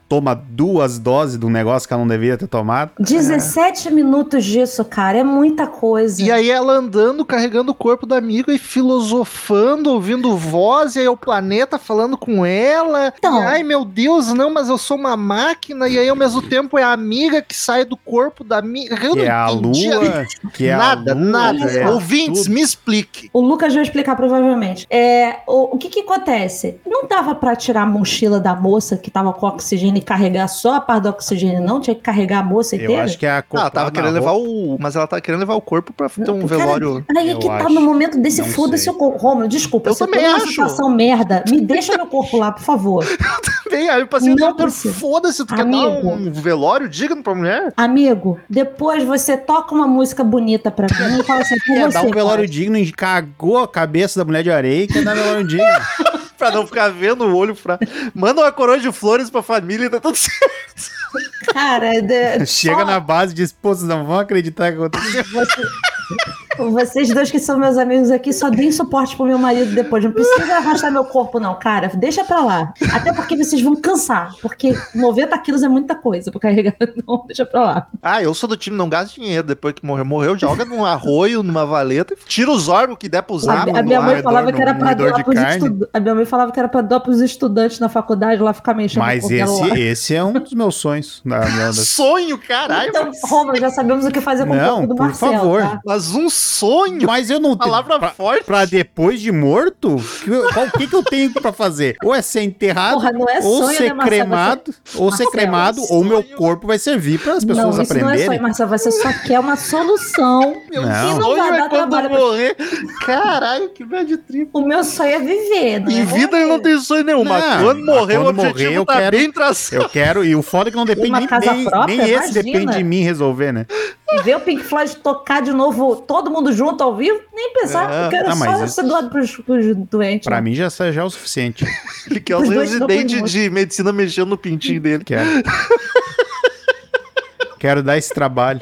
S1: É.
S2: toma duas doses de um negócio que ela não devia ter tomado.
S3: 17 minutos disso, cara, é muita coisa.
S1: E aí ela andando, carregando o corpo da amiga e filosofando, ouvindo voz, e aí o planeta falando com ela.
S3: Então.
S1: E, Ai, meu Deus, não, mas eu sou uma máquina, e aí ao mesmo tempo é a amiga que sai do corpo da amiga. Eu
S2: Que
S1: não
S2: é a
S1: entendi
S2: lua, que é
S1: nada,
S2: a lua,
S1: nada.
S2: é
S1: Ouvintes,
S2: tudo.
S1: me explique.
S3: O Lucas vai explicar provavelmente. É, o, o que que acontece? Não dava pra tirar a mochila da moça que tava com oxigênio e carregar só a parte do oxigênio, não? Tinha que carregar a moça
S2: Eu
S3: inteira?
S2: acho que é a
S1: Ela Ah, tava querendo levar o. Mas ela tava querendo levar o corpo pra ter um
S3: Cara,
S1: velório.
S3: Aí é
S2: Eu
S3: que tá
S2: acho.
S3: no momento desse
S2: Não
S3: foda-se
S2: sei.
S3: o corpo. Romulo, desculpa.
S1: Eu
S3: se
S1: também
S3: tô numa
S1: acho.
S3: situação merda, me deixa meu corpo lá, por favor.
S1: Bem, é- aí eu passei o
S3: Não
S1: tempo inteiro,
S3: precisa.
S1: foda-se, tu quer dar
S3: Amigo.
S1: um velório digno pra mulher?
S3: Amigo, depois você toca uma música bonita pra mim e fala assim, por
S2: Quer
S3: você.
S2: dar um velório
S3: cara.
S2: digno e cagou a cabeça da mulher de areia e quer dar um velório digno.
S1: Pra não ficar vendo o olho fraco. Manda uma coroa de flores pra família e tá tudo certo.
S3: Cara, de-
S2: Chega
S3: só
S2: na base e diz, pô, vocês não vão acreditar que aconteceu.
S3: você- Vocês dois que são meus amigos aqui, só deem suporte pro meu marido depois. Não precisa arrastar meu corpo, não, cara. Deixa pra lá. Até porque vocês vão cansar. Porque 90 quilos é muita coisa pra carregar. Então, deixa pra lá.
S1: Ah, eu sou do time, não gasta dinheiro. Depois que morreu, morreu, joga num arroio, numa valeta, tira os órgãos que der pra usar.
S3: A,
S1: mano,
S3: a minha
S1: lá.
S3: mãe
S2: moedor-
S3: falava que era
S2: no
S3: pra
S2: moedor
S3: dar
S2: de
S3: pros
S2: carne.
S3: estudantes. A minha mãe falava que era pra dar pros estudantes na faculdade lá ficar mexendo
S2: Mas
S3: com aquela
S2: esse,
S3: lá.
S2: esse é um dos meus sonhos. Da, da- da-
S1: Sonho, caralho.
S3: Então, Roma, já sabemos o que fazer com
S2: Não,
S3: o corpo do
S2: por
S3: Marcelo.
S2: favor.
S3: tá?
S1: Mas um sonho.
S2: Mas eu não
S1: Palavra
S2: pra,
S1: forte.
S2: pra depois de morto? Que eu- qual- O que, que eu tenho pra fazer? Ou é ser enterrado,
S3: Porra, não é
S2: ou
S3: sonho,
S2: ser
S3: né, Marcelo?
S2: cremado, ou ser
S3: Marcelo, é
S2: cremado, ou meu corpo vai servir para as pessoas
S3: não, isso não é
S2: aprenderem.
S3: sonho, Marcelo. Você só quer uma solução.
S1: Meu
S2: Não.
S1: sonho
S3: Não vai
S1: é
S3: dar
S1: quando
S3: trabalho pra-
S1: morrer. Caralho, que merda de tripa.
S3: O meu sonho é viver, não é?
S1: Em vida eu não tenho sonho nenhum, mas
S2: Né? Não,
S1: quando
S2: mas
S1: morrer, o
S2: quando
S1: objetivo
S2: morrer, eu
S1: tá
S2: quero-
S1: bem traçado.
S2: Eu quero, e o foda é que não depende
S3: Uma
S2: nem,
S3: casa
S2: nem-
S3: própria,
S2: nem esse
S3: imagina.
S2: depende de mim resolver, né?
S3: Ver o Pink Floyd tocar de novo todo mundo junto ao vivo, nem pensar,
S1: É.
S3: eu quero
S2: Ah, mas
S3: só
S2: isso-
S3: ser doado pros, pros doentes.
S2: Pra
S3: né?
S2: mim já, já é o suficiente.
S1: Ele quer os
S3: Os dois não
S1: residentes
S3: podem
S1: de medicina mexendo no pintinho dele.
S2: Quero. Quero dar esse trabalho.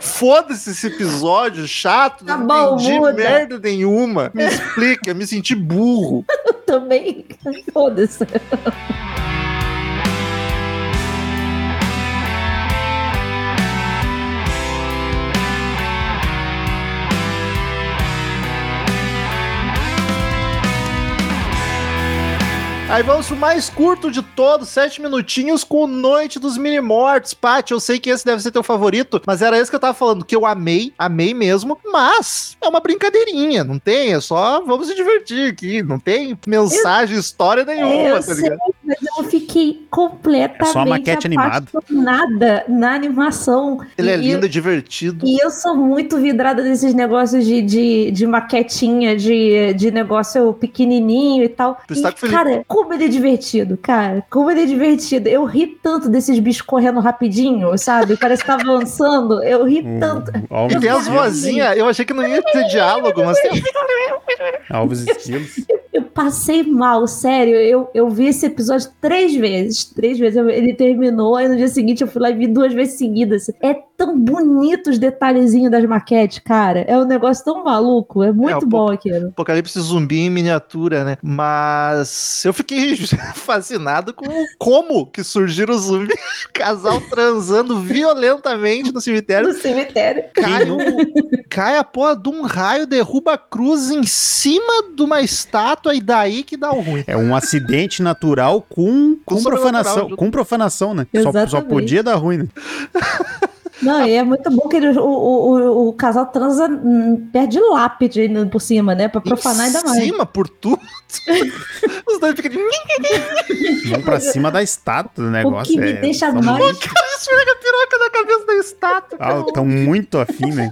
S1: Foda-se esse episódio chato,
S3: Tá
S1: não
S3: bom,
S1: entendi
S3: muda.
S1: merda nenhuma. Me explica, me senti burro.
S3: Também, foda-se.
S1: Aí vamos pro mais curto de todos, sete minutinhos com Noite dos Mini Mortos. Paty, eu sei que esse deve ser teu favorito, mas era esse que eu tava falando, que eu amei, amei mesmo, mas é uma brincadeirinha, não tem? É só vamos se divertir aqui, não tem mensagem, história nenhuma,
S3: eu
S1: tá
S3: sei,
S1: ligado?
S3: mas eu fiquei completamente
S2: É só a maquete animada.
S3: apaixonada na animação.
S1: Ele é
S3: E-
S1: lindo, é divertido.
S3: E eu sou muito vidrada nesses negócios de, de, de maquetinha, de, de negócio pequenininho e tal.
S1: Tu
S3: E,
S1: está com Felipe.
S3: cara, como ele é divertido, cara. Como ele é divertido. Eu ri tanto desses bichos correndo rapidinho, sabe? Parece que tá avançando. Eu ri É
S2: Uhum.
S3: tanto.
S2: Alves,
S1: E tem as
S3: Deus.
S2: Esquilos.
S1: vozinhas, eu achei que não ia ter diálogo, mas tem um
S2: Alves Esquilos.
S3: Eu passei mal, sério. Eu, eu vi esse episódio três vezes. Três vezes. Eu- ele terminou, aí no dia seguinte eu fui lá e vi duas vezes seguidas. É tão bonito os detalhezinhos das maquetes, cara. É um negócio tão maluco. É muito
S1: um
S3: bom
S1: pouco-
S3: aquilo.
S1: Apocalipse zumbi em miniatura, né? Mas eu fiquei fascinado com o como que surgiram os zumbis. Casal transando violentamente no cemitério.
S3: No cemitério.
S1: Cai, um- cai a porra de um raio, derruba a cruz em cima de uma estátua e daí que dá o ruim.
S2: É um acidente natural com, com,
S1: sobrenatural
S2: profanação.
S1: junto.
S2: Com profanação, né? Só, só
S3: Exatamente.
S2: podia dar ruim, né?
S3: Não, e é muito bom que ele- o, o, o, o casal transa hum, perde lápide ainda por cima, né? Pra profanar ainda mais.
S1: Em cima, por tudo. Os dois ficam de...
S2: Vão pra cima da estátua do
S3: O
S2: negócio.
S3: que me
S2: é-
S3: deixa
S2: são
S3: mais,
S2: muito-
S1: Esfrega a piroca na cabeça da estátua.
S2: Ah, tão muito afim, né?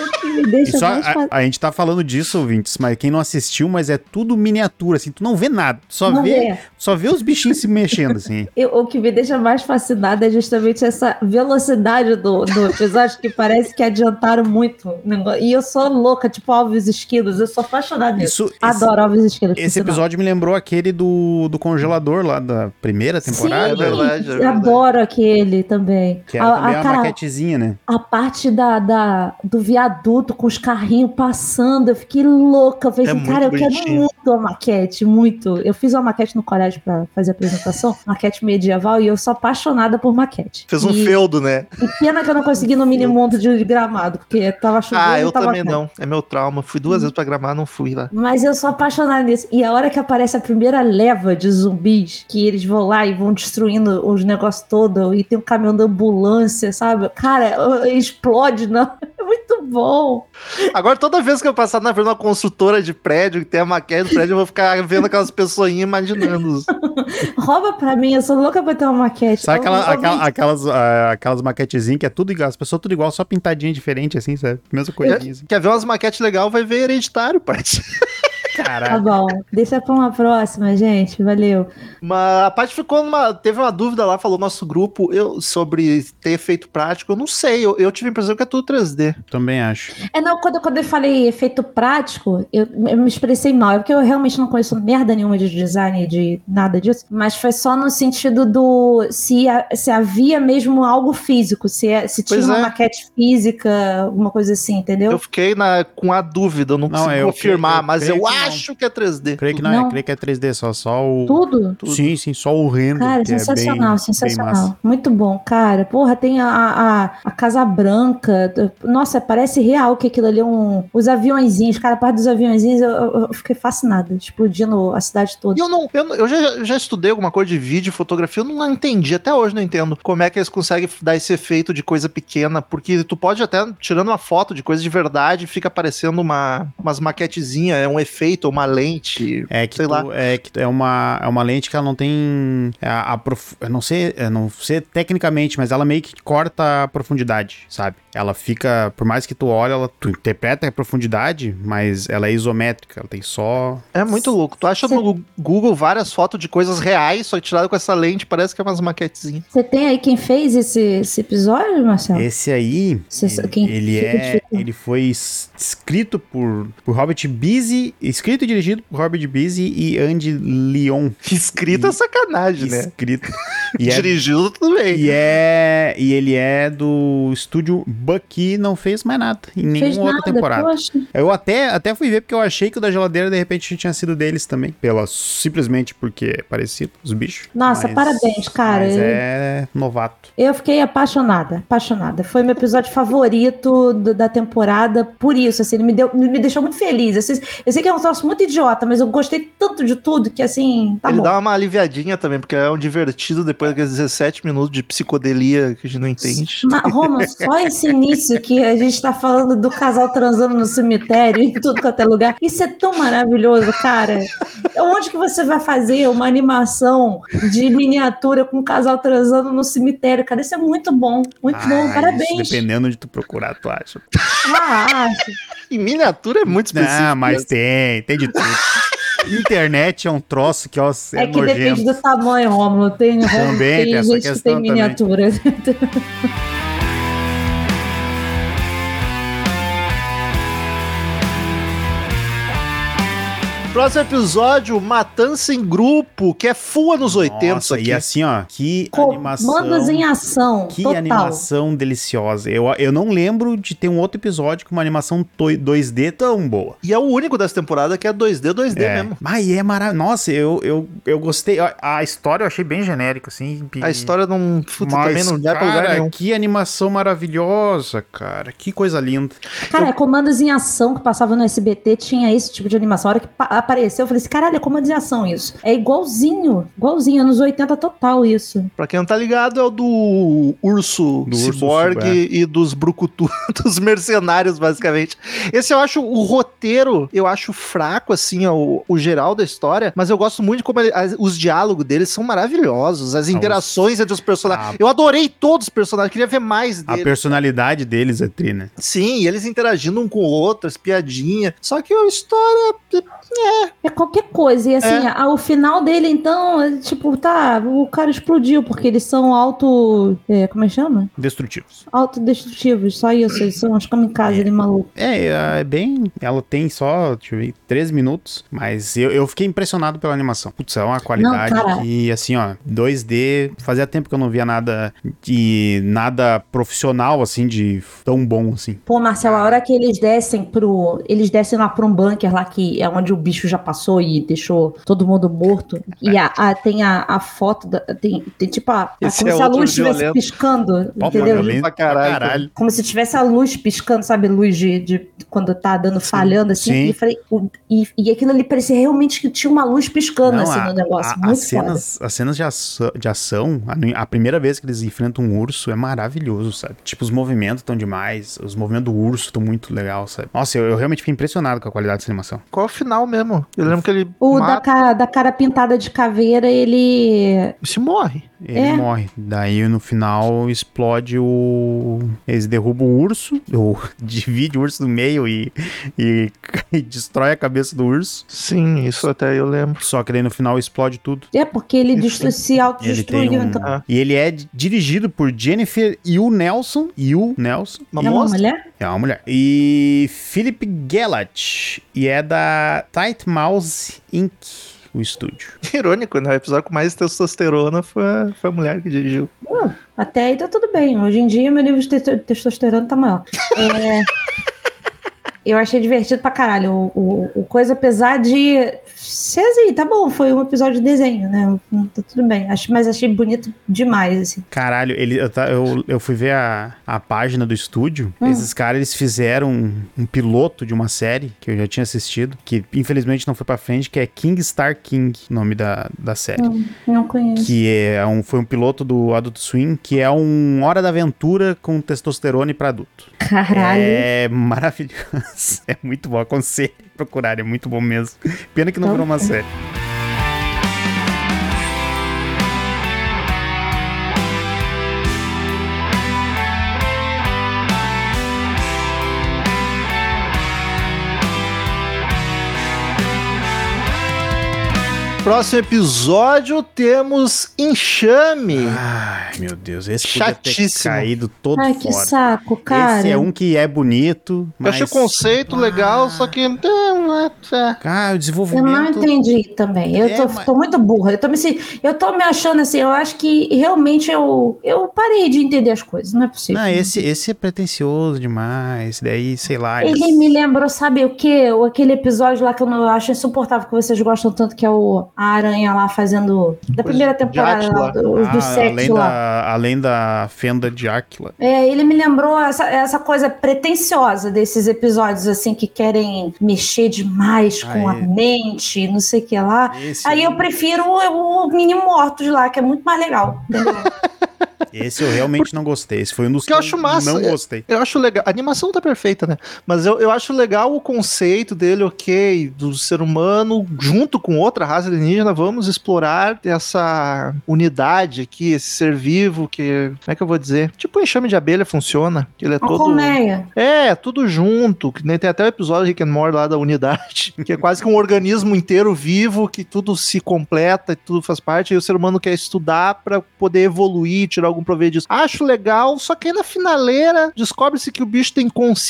S3: o que me
S2: E
S3: deixa
S2: só,
S3: mais
S2: a, a gente tá falando disso, ouvintes, mas quem não assistiu, mas é tudo miniatura, assim, tu não vê nada. tu Só,
S3: Não
S2: vê,
S3: é.
S2: só vê os bichinhos se mexendo, assim.
S3: Eu- o que me deixa mais fascinada é justamente essa velocidade do, do episódio, que parece que adiantaram muito. o negócio. E eu sou louca, tipo Alves Esquilos, eu sou apaixonada nisso.
S2: Isso, esse,
S3: Adoro Alves Esquilos. por
S2: esse
S3: sinal.
S2: episódio me lembrou aquele do, do congelador lá da primeira temporada.
S3: Sim,
S1: É verdade, é verdade.
S3: adoro aquele também.
S2: Que era também uma maquetezinha, né?
S3: A parte da, da- do viaduto com os carrinhos passando, eu fiquei louca. Eu falei
S1: É
S3: assim,
S1: muito
S3: cara, eu quero
S1: bonitinho.
S3: muito a maquete, muito. Eu fiz uma maquete no colégio pra fazer a apresentação, maquete medieval, e eu sou apaixonada por maquete.
S1: Fez um
S3: e,
S1: feudo, né?
S3: e pena que eu não consegui no mini mundo de gramado, porque tava chovendo.
S1: Ah,
S3: e
S1: eu
S2: tá
S3: tava
S1: também
S3: caro.
S1: não. É meu trauma. Fui
S2: Uhum.
S1: duas vezes pra gramar, não fui lá.
S3: Mas eu sou apaixonada nisso. E a hora que aparece a primeira leva de zumbis, que eles vão lá e vão destruindo os negócios todo, e tem um caminhão da ambulância, sabe? Cara, explode, não. É muito bom.
S1: Agora, toda vez que eu passar na frente de uma construtora de prédio, que tem a maquete do prédio, eu vou ficar vendo aquelas pessoinhas imaginando.
S3: Rouba pra mim, eu sou louca pra ter uma maquete.
S2: Sabe
S3: Eu-
S2: aquela-
S3: eu-
S2: aquela- aquelas, ah, aquelas maquetezinhas que é tudo igual, as pessoas tudo igual, só pintadinha diferente, assim, sabe? Mesma coisinha. assim.
S1: Quer ver umas maquetes legais, vai ver hereditário, parte.
S3: Tá
S2: Caralho.
S3: bom, deixa pra uma próxima, gente. Valeu.
S1: Mas a Paty ficou numa. Teve uma dúvida lá, falou nosso grupo eu, sobre ter efeito prático. Eu não sei, eu, eu tive a impressão que é tudo 3D.
S2: Também acho.
S3: É, não, quando, quando eu falei efeito prático, eu, eu me expressei mal. É porque eu realmente não conheço merda nenhuma de design, de nada disso. Mas foi só no sentido do se, a- se havia mesmo algo físico, se, é- se tinha
S1: Pois
S3: uma
S1: é.
S3: maquete física, alguma coisa assim, entendeu?
S1: Eu fiquei na, com a dúvida, eu não,
S2: Não,
S1: consigo
S2: eu
S1: confirmar,
S2: creio- eu
S1: mas
S2: creio
S1: eu
S2: que não.
S1: acho que é 3D.
S2: Creio que não,
S3: Não.
S2: É, creio que é 3D só, só o...
S3: Tudo?
S1: Tudo.
S2: Sim, sim, só o render.
S3: Cara,
S2: que é
S3: sensacional,
S2: bem- bem massa.
S3: sensacional. Muito bom, cara. Porra, tem a, a, a Casa Branca. Nossa, parece real que aquilo ali é um. Os aviõezinhos, cara, a parte dos aviõezinhos, eu, eu- eu fiquei fascinada, explodindo a cidade toda.
S1: E eu não, eu, não- eu já, eu já estudei alguma coisa de vídeo, fotografia, eu não entendi, até hoje não entendo como é que eles conseguem dar esse efeito de coisa pequena, porque tu pode até, tirando uma foto de coisa de verdade, fica aparecendo uma, umas maquetezinhas, é um efeito, uma lente.
S2: É que,
S1: Sei
S2: tu-
S1: lá.
S2: é que tu- é uma é uma lente que ela não tem é, a, a prof- eu não sei, eu não sei tecnicamente, mas ela meio que corta a profundidade, sabe? Ela fica, por mais que tu olhe, ela tu interpreta a profundidade, mas ela é isométrica, ela tem só
S1: É muito louco. Tu acha no Google várias fotos de coisas reais, só que tirado com essa lente, parece que é umas maquetezinhas.
S3: Você tem aí quem fez esse, esse episódio, Marcelo?
S2: esse aí.
S3: Tá. Você-
S2: ele
S3: quem
S2: ele
S3: fica
S2: é
S3: difícil
S2: Ele foi es- escrito por, por Robert Beasy, escrito e dirigido por Robert Beasy e Andy Leon.
S1: Escrita é sacanagem, né?
S2: Escrito. E é
S1: Dirigido tudo bem.
S2: e, é, e ele é do estúdio Bucky, não fez mais nada em
S3: Fez
S2: nenhuma
S3: nada,
S2: outra temporada.
S3: poxa.
S2: Eu até, até fui ver porque eu achei que o da geladeira de repente tinha sido deles também. Pela, simplesmente porque é parecido, os bichos.
S3: Nossa,
S2: Mas-
S3: parabéns, cara.
S2: Mas
S3: Eu-
S2: é novato.
S3: Eu fiquei apaixonada, apaixonada. Foi meu episódio favorito do- da temporada, por isso, assim, ele me, deu, me deixou muito feliz. Assim, eu sei que é um troço muito idiota, mas eu gostei tanto de tudo que, assim, tá
S1: ele
S3: bom.
S1: dá uma aliviadinha também, porque é um divertido depois daqueles 17 minutos de psicodelia que a gente não entende.
S3: Mas, Roma, só esse início que a gente tá falando do casal transando no cemitério em tudo quanto é lugar. Isso é tão maravilhoso, cara. Onde que você vai fazer uma animação de miniatura com um casal transando no cemitério? Cara, isso é muito bom, muito
S2: Ah,
S3: bom.
S2: isso,
S3: Parabéns.
S2: dependendo de tu procurar, tu acha.
S3: Ah, acho.
S1: E miniatura é
S3: Tipo
S1: muito específico.
S2: Ah, mas tem, tem de tudo. Internet é um troço que, ó, é,
S3: É que
S2: nojento.
S3: depende do tamanho, Romulo. Tem, Romulo,
S2: Também tem essa
S3: gente que
S2: questão
S3: tem
S2: também.
S3: miniatura.
S1: Próximo episódio, Matança em Grupo, que é fua nos 80
S2: Nossa,
S1: aqui.
S2: e assim, ó, que
S3: Comandos
S2: animação.
S3: em ação.
S2: Que
S3: total.
S2: animação deliciosa. Eu, eu não lembro de ter um outro episódio com uma animação toi- 2D tão boa.
S1: E é o único dessa temporada que é 2D, 2D
S2: É.
S1: mesmo.
S2: Mas é maravilhoso. Nossa, eu, eu, eu gostei. A, a história eu achei bem genérica, assim.
S1: A história não. Puta, também não dá pra lugar nenhum.
S2: que animação maravilhosa, cara. Que coisa linda.
S3: Cara, comandos em ação que passava no SBT tinha esse tipo de animação. A hora que pa- apareceu, eu falei assim: caralho, é comandos em ação isso. É igualzinho, igualzinho, anos 80 total isso.
S1: Pra quem não tá ligado, é o do urso
S2: Do urso é.
S1: ciborgue
S2: ciborgue.
S1: e dos brucutu, dos mercenários, basicamente. Esse eu acho o roteiro, eu acho fraco, assim, ó, o, o geral da história, mas eu gosto muito de como ele- as- os diálogos deles são maravilhosos, as interações entre os personagens.
S2: Ah.
S1: Eu adorei todos os personagens, queria ver mais
S2: A
S1: deles.
S2: personalidade deles é tri, né?
S1: Sim, e eles interagindo um com o outro, as piadinhas. Só que a história.
S3: É qualquer coisa. E assim,
S1: É.
S3: a- o final dele, então, é tipo, tá, o cara explodiu, porque eles são auto. é, como é que chama?
S2: Destrutivos.
S3: Autodestrutivos, só isso. Eles são uns kamikazes ali maluco.
S2: É, é bem. Ela tem só, deixa eu ver, 3 minutos. Mas eu, eu fiquei impressionado pela animação. Putz, é uma qualidade
S3: Não, cara.
S2: que, assim, ó, 2D. Fazia tempo que eu não via nada de nada profissional, assim, de tão bom assim.
S3: Pô, Marcelo, a hora que eles descem pro. Eles descem lá pra um bunker lá que é onde o bicho já passou e deixou todo mundo morto. E a, a- tem a, a foto. Da, tem, tem tipo a. a-
S1: Esse
S3: como
S1: é
S3: se a
S1: outro
S3: luz estivesse
S1: violento.
S3: piscando.
S2: Pô,
S3: entendeu?
S2: violento
S1: Pra caralho.
S3: Como se tivesse a luz piscando, sabe? Luz de, de- quando tá dando falhando, assim.
S2: Sim.
S3: E, eu falei, o- e, e aquilo ali parecia realmente que tinha uma luz piscando,
S2: Não,
S3: assim, no negócio.
S2: a-
S3: Muito
S2: as cenas, as cenas de ação, de ação, a, nu- a primeira vez que eles enfrentam um urso é maravilhoso, sabe? Tipo, os movimentos estão demais, os movimentos do urso estão muito legal, sabe? Nossa, eu, eu realmente fiquei impressionado com a qualidade dessa animação.
S1: Qual é o final mesmo? Eu lembro que ele
S3: O da
S1: mata
S3: cara, da cara pintada de caveira, ele.
S1: e se morre.
S2: Ele
S3: É.
S2: morre. Daí no final explode o. Eles derrubam o urso, ou divide o urso no meio e, e, e destrói a cabeça do urso.
S1: Sim, isso até eu lembro.
S2: Só que daí no final explode tudo.
S3: É, porque ele destru- se
S2: Ele tem
S3: autodestruiu.
S2: um...
S3: então.
S1: Ah.
S2: E ele é di- dirigido por Jennifer Yu Nelson. Yu Nelson.
S1: Uma
S3: É uma
S1: mosca?
S3: mulher?
S2: É uma mulher. E Philip Gellat. E é da Tight Mouse Inc., o estúdio.
S1: Irônico, né? O episódio com mais testosterona foi, a- foi a mulher que dirigiu.
S3: Até aí tá tudo bem. Hoje em dia meu nível de te- testosterona tá maior. É, Eu achei divertido pra caralho. O, o- o coisa, apesar de ser assim, tá bom, foi um episódio de desenho, né? Tá tudo bem. Acho, mas achei bonito demais, assim.
S2: Caralho, ele, eu, tá- eu, eu fui ver a, a página do estúdio.
S3: Hum.
S2: Esses caras, eles fizeram um, um piloto de uma série que eu já tinha assistido, que infelizmente não foi pra frente, que é King Star King, o nome da, da série.
S3: Uhum. Não conheço.
S2: Que é um, foi um piloto do Adult Swim, que é um Hora da Aventura com testosterone pra adulto.
S3: Caralho.
S2: É maravilhoso. É muito bom. Aconselho procurar, é muito bom mesmo. Pena que não
S3: Então
S2: virou uma
S3: tá.
S2: série.
S1: Próximo episódio temos Enxame.
S2: Ah, Ai, meu Deus, esse podia ter
S1: Chatíssimo.
S2: caído todo
S3: Ai, que
S2: fora.
S3: saco, cara.
S2: Esse é um que é bonito,
S1: Eu
S2: mas...
S1: achei o conceito legal, só que. é,
S2: Cara, o
S3: Eu não
S2: desenvolvimento...
S3: entendi também. Eu
S2: É,
S3: tô,
S2: mas-
S3: tô muito burra. Eu tô, me, se- eu tô me achando assim, eu acho que realmente eu, eu parei de entender as coisas. Não é possível.
S2: Não, esse, esse é pretencioso demais, daí, sei lá...
S3: Ele me lembrou, sabe o quê? O- Aquele episódio lá que eu não eu acho insuportável que vocês gostam tanto, que é o a aranha lá fazendo. Da primeira temporada
S1: Átila.
S3: lá, do, do
S2: Ah, além,
S3: sexo lá.
S2: da, além da fenda de Áquila.
S3: É, ele me lembrou essa, essa coisa pretensiosa desses episódios, assim, que querem mexer demais com a
S2: Aí.
S3: mente, não sei o que lá.
S2: Esse,
S3: Aí eu prefiro o, o Mini Mortos lá, que é muito mais legal. entendeu?
S2: esse eu realmente não gostei. Esse foi um dos
S1: Que eu acho massa,
S2: não
S1: é.
S2: gostei.
S1: Eu acho legal. A animação tá perfeita, né? Mas eu, eu acho legal o conceito dele, ok, do ser humano, junto com outra raça alienígena, vamos explorar essa unidade aqui, esse ser vivo que. Como é que eu vou dizer? Tipo o enxame de abelha funciona. que Ele é
S3: Uma
S1: todo.
S3: colmeia.
S1: É, tudo junto. Que nem tem até o episódio Rick and Morty lá da unidade, que é quase que um organismo inteiro vivo, que tudo se completa e tudo faz parte. E o ser humano quer estudar pra poder evoluir, tirar algum proveito disso. Acho legal, só que aí na finaleira descobre-se que o bicho tem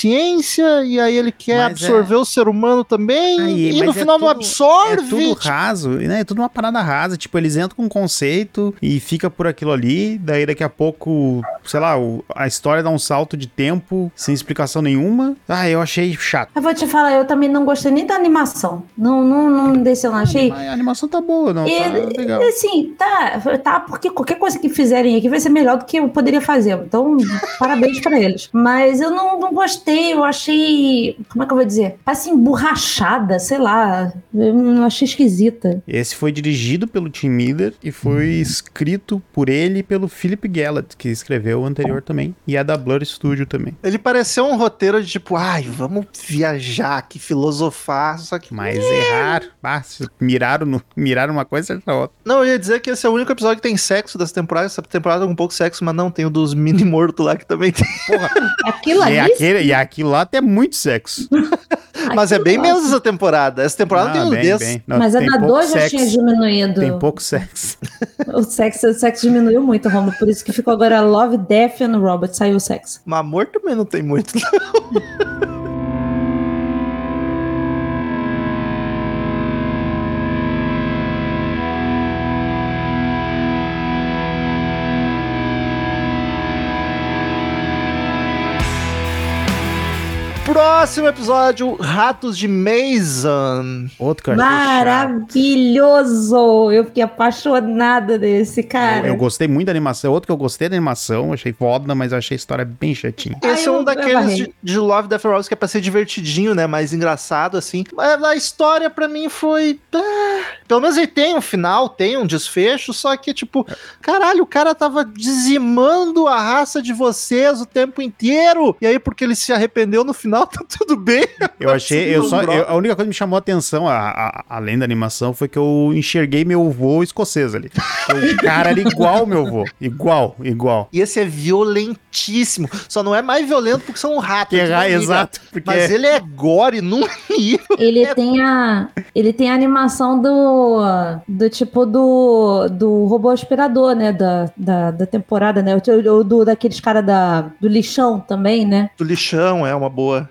S1: consciência e aí ele quer
S2: Mas é-
S1: absorver o ser humano também.
S2: Aí,
S1: e
S2: mas
S1: no
S2: é
S1: final não
S2: tudo- É
S1: absorve.
S2: tudo raso, né? É tudo uma parada rasa. Tipo, eles entram com um conceito e fica por aquilo ali. Daí daqui a pouco, sei lá, o- a história dá um salto de tempo sem explicação nenhuma. Ah, eu achei chato.
S3: Eu vou te falar, eu também não gostei nem da animação. Não, não, não desceu, não achei.
S2: Mas a animação tá boa, não. Tá
S3: E-
S2: legal.
S3: E Assim, tá, tá, porque qualquer coisa que fizerem aqui vai ser melhor do que eu poderia fazer. Então, parabéns pra eles. Mas eu não, não gostei, eu achei. Como é que eu vou dizer? Assim, borrachada, sei lá. Eu não achei esquisita.
S2: Esse foi dirigido pelo Tim Miller e foi escrito por ele e pelo Philip Gallant, que escreveu o anterior também. E é da Blur Studio também.
S1: Ele pareceu um roteiro de tipo, ai, vamos viajar aqui, filosofar, só que
S2: Mas
S3: Uhum.
S2: erraram. Ah, se miraram, no, miraram uma coisa na outra.
S1: Não, eu ia dizer que esse é o único episódio que tem sexo dessa temporada. Essa temporada com pouco sexo, mas não, tem o dos mini mortos lá que também tem.
S3: Aquilo ali.
S2: E, aquele, e aquilo lá até muito sexo.
S1: Mas é
S3: aquilo
S1: bem
S3: lá.
S1: menos essa temporada. Essa temporada
S2: Não,
S1: tem
S2: Ah, bem,
S1: um desses.
S2: bem. Não,
S3: Mas a
S2: tem
S3: da
S2: pouco
S3: 2 já tinha
S2: sexo.
S3: diminuído.
S2: Tem pouco sexo.
S3: O sexo, o sexo diminuiu muito, Romulo. Por isso que ficou agora Love, Death and Robot. Saiu o sexo.
S1: Mas amor também não tem muito. não. Próximo episódio, Ratos de Mason.
S2: Outro que eu achei chato.
S3: Maravilhoso! Eu fiquei apaixonada desse, cara.
S2: É, Eu gostei muito da animação. Outro que eu gostei da animação, achei foda, mas eu achei a história bem chatinha.
S1: Esse
S3: Ah,
S1: é
S3: eu-
S1: um
S3: eu
S1: daqueles
S3: barrei.
S1: de, de Love, Death and Robots que é pra ser divertidinho, né? Mais engraçado, assim. Mas a história pra mim foi... ah. Pelo menos ele tem um final, tem um desfecho, só que, tipo... Caralho, o cara tava dizimando a raça de vocês o tempo inteiro. E aí, porque ele se arrependeu no final, tá tudo bem.
S2: Eu achei, eu
S3: um
S2: só, eu- a única coisa que me chamou a atenção, a, a- além da animação, foi que eu enxerguei meu avô escocês ali. O cara era igual meu avô. Igual, igual.
S1: E esse é violentíssimo. Só não é mais violento porque são ratos.
S2: Que
S1: né,
S2: é,
S1: amiga?
S2: exato, porque
S1: Mas ele é gore num nível.
S3: Ele tem a. Ele tem a animação do. Do tipo do. Do robô aspirador, né? Da, da, da temporada, né? Ou do, daqueles caras da, do lixão também, né?
S1: Do lixão, é uma boa.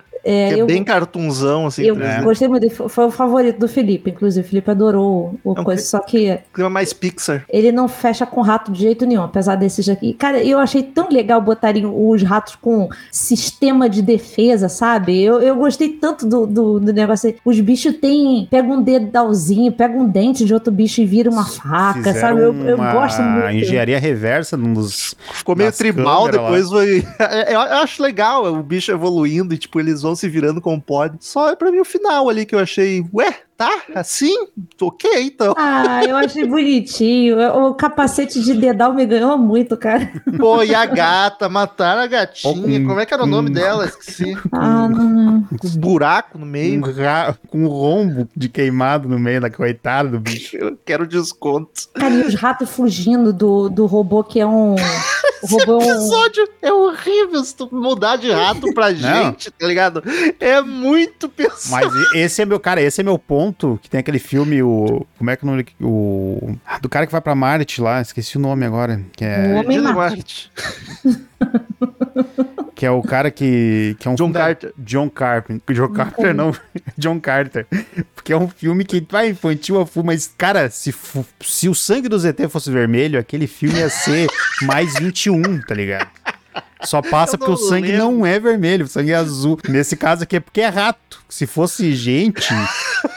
S1: que
S3: É,
S1: é
S3: eu,
S1: bem cartunzão, assim.
S3: eu
S1: três D.
S3: gostei muito. Foi foi o favorito do Felipe, inclusive. O Felipe adorou o
S1: É um
S3: coisa. Só que
S1: Clima mais Pixar.
S3: ele não fecha com rato de jeito nenhum, apesar desses aqui. Cara, eu achei tão legal botarem os ratos com sistema de defesa, sabe? Eu, eu gostei tanto do, do, do negócio. aí. Os bichos têm. Pega um dedalzinho, pega um dente de outro bicho e vira uma faca,
S2: fizeram
S3: Ah, sabe? Eu, eu
S2: uma
S3: gosto muito.
S2: engenharia reversa num dos...
S1: Ficou meio
S2: Nas
S1: tribal,
S2: câmeras lá.
S1: depois foi. É, Eu, eu acho legal o bicho evoluindo e, tipo, eles vão se virando como pode. Só é pra mim o final ali que eu achei, ué, tá? Assim? Ok, então.
S3: Ah, eu achei bonitinho. O capacete de dedal me ganhou muito, cara.
S1: Pô, e a gata, mataram a
S2: Pô,
S1: gatinha.
S2: com-
S1: Como é que era o nome
S2: com-
S1: dela? Esqueci.
S3: Ah, não, não.
S1: Com um buraco no
S2: Um
S1: meio.
S2: ra- com um rombo de queimado no meio da coitada do bicho.
S1: Eu quero desconto.
S3: Cara, e os ratos fugindo do, do robô que é um. O robô é um.
S1: episódio é horrível se tu mudar de rato pra gente, tá ligado? É muito pesado.
S2: Mas e- esse é meu, cara, esse é meu ponto, que tem aquele filme, o... Como é que é o nome? daqui- O... ah, Do cara que vai pra Marte lá, esqueci o nome agora. Que
S3: Um
S2: é,
S3: homem
S1: Dino
S3: mata.
S1: Marte.
S2: que é o cara que... que é um
S1: John
S2: filme da-
S1: Carter.
S2: John Carpenter. John Carpenter, não. John Carter. Porque é um filme que vai infantil a full, mas, cara, se, fu- se o sangue do ZT fosse vermelho, aquele filme ia ser mais 21, tá ligado? Só passa
S1: Eu não
S2: porque o sangue
S1: lembro.
S2: não é vermelho, o sangue é azul. Nesse caso aqui é porque é rato. Se fosse gente.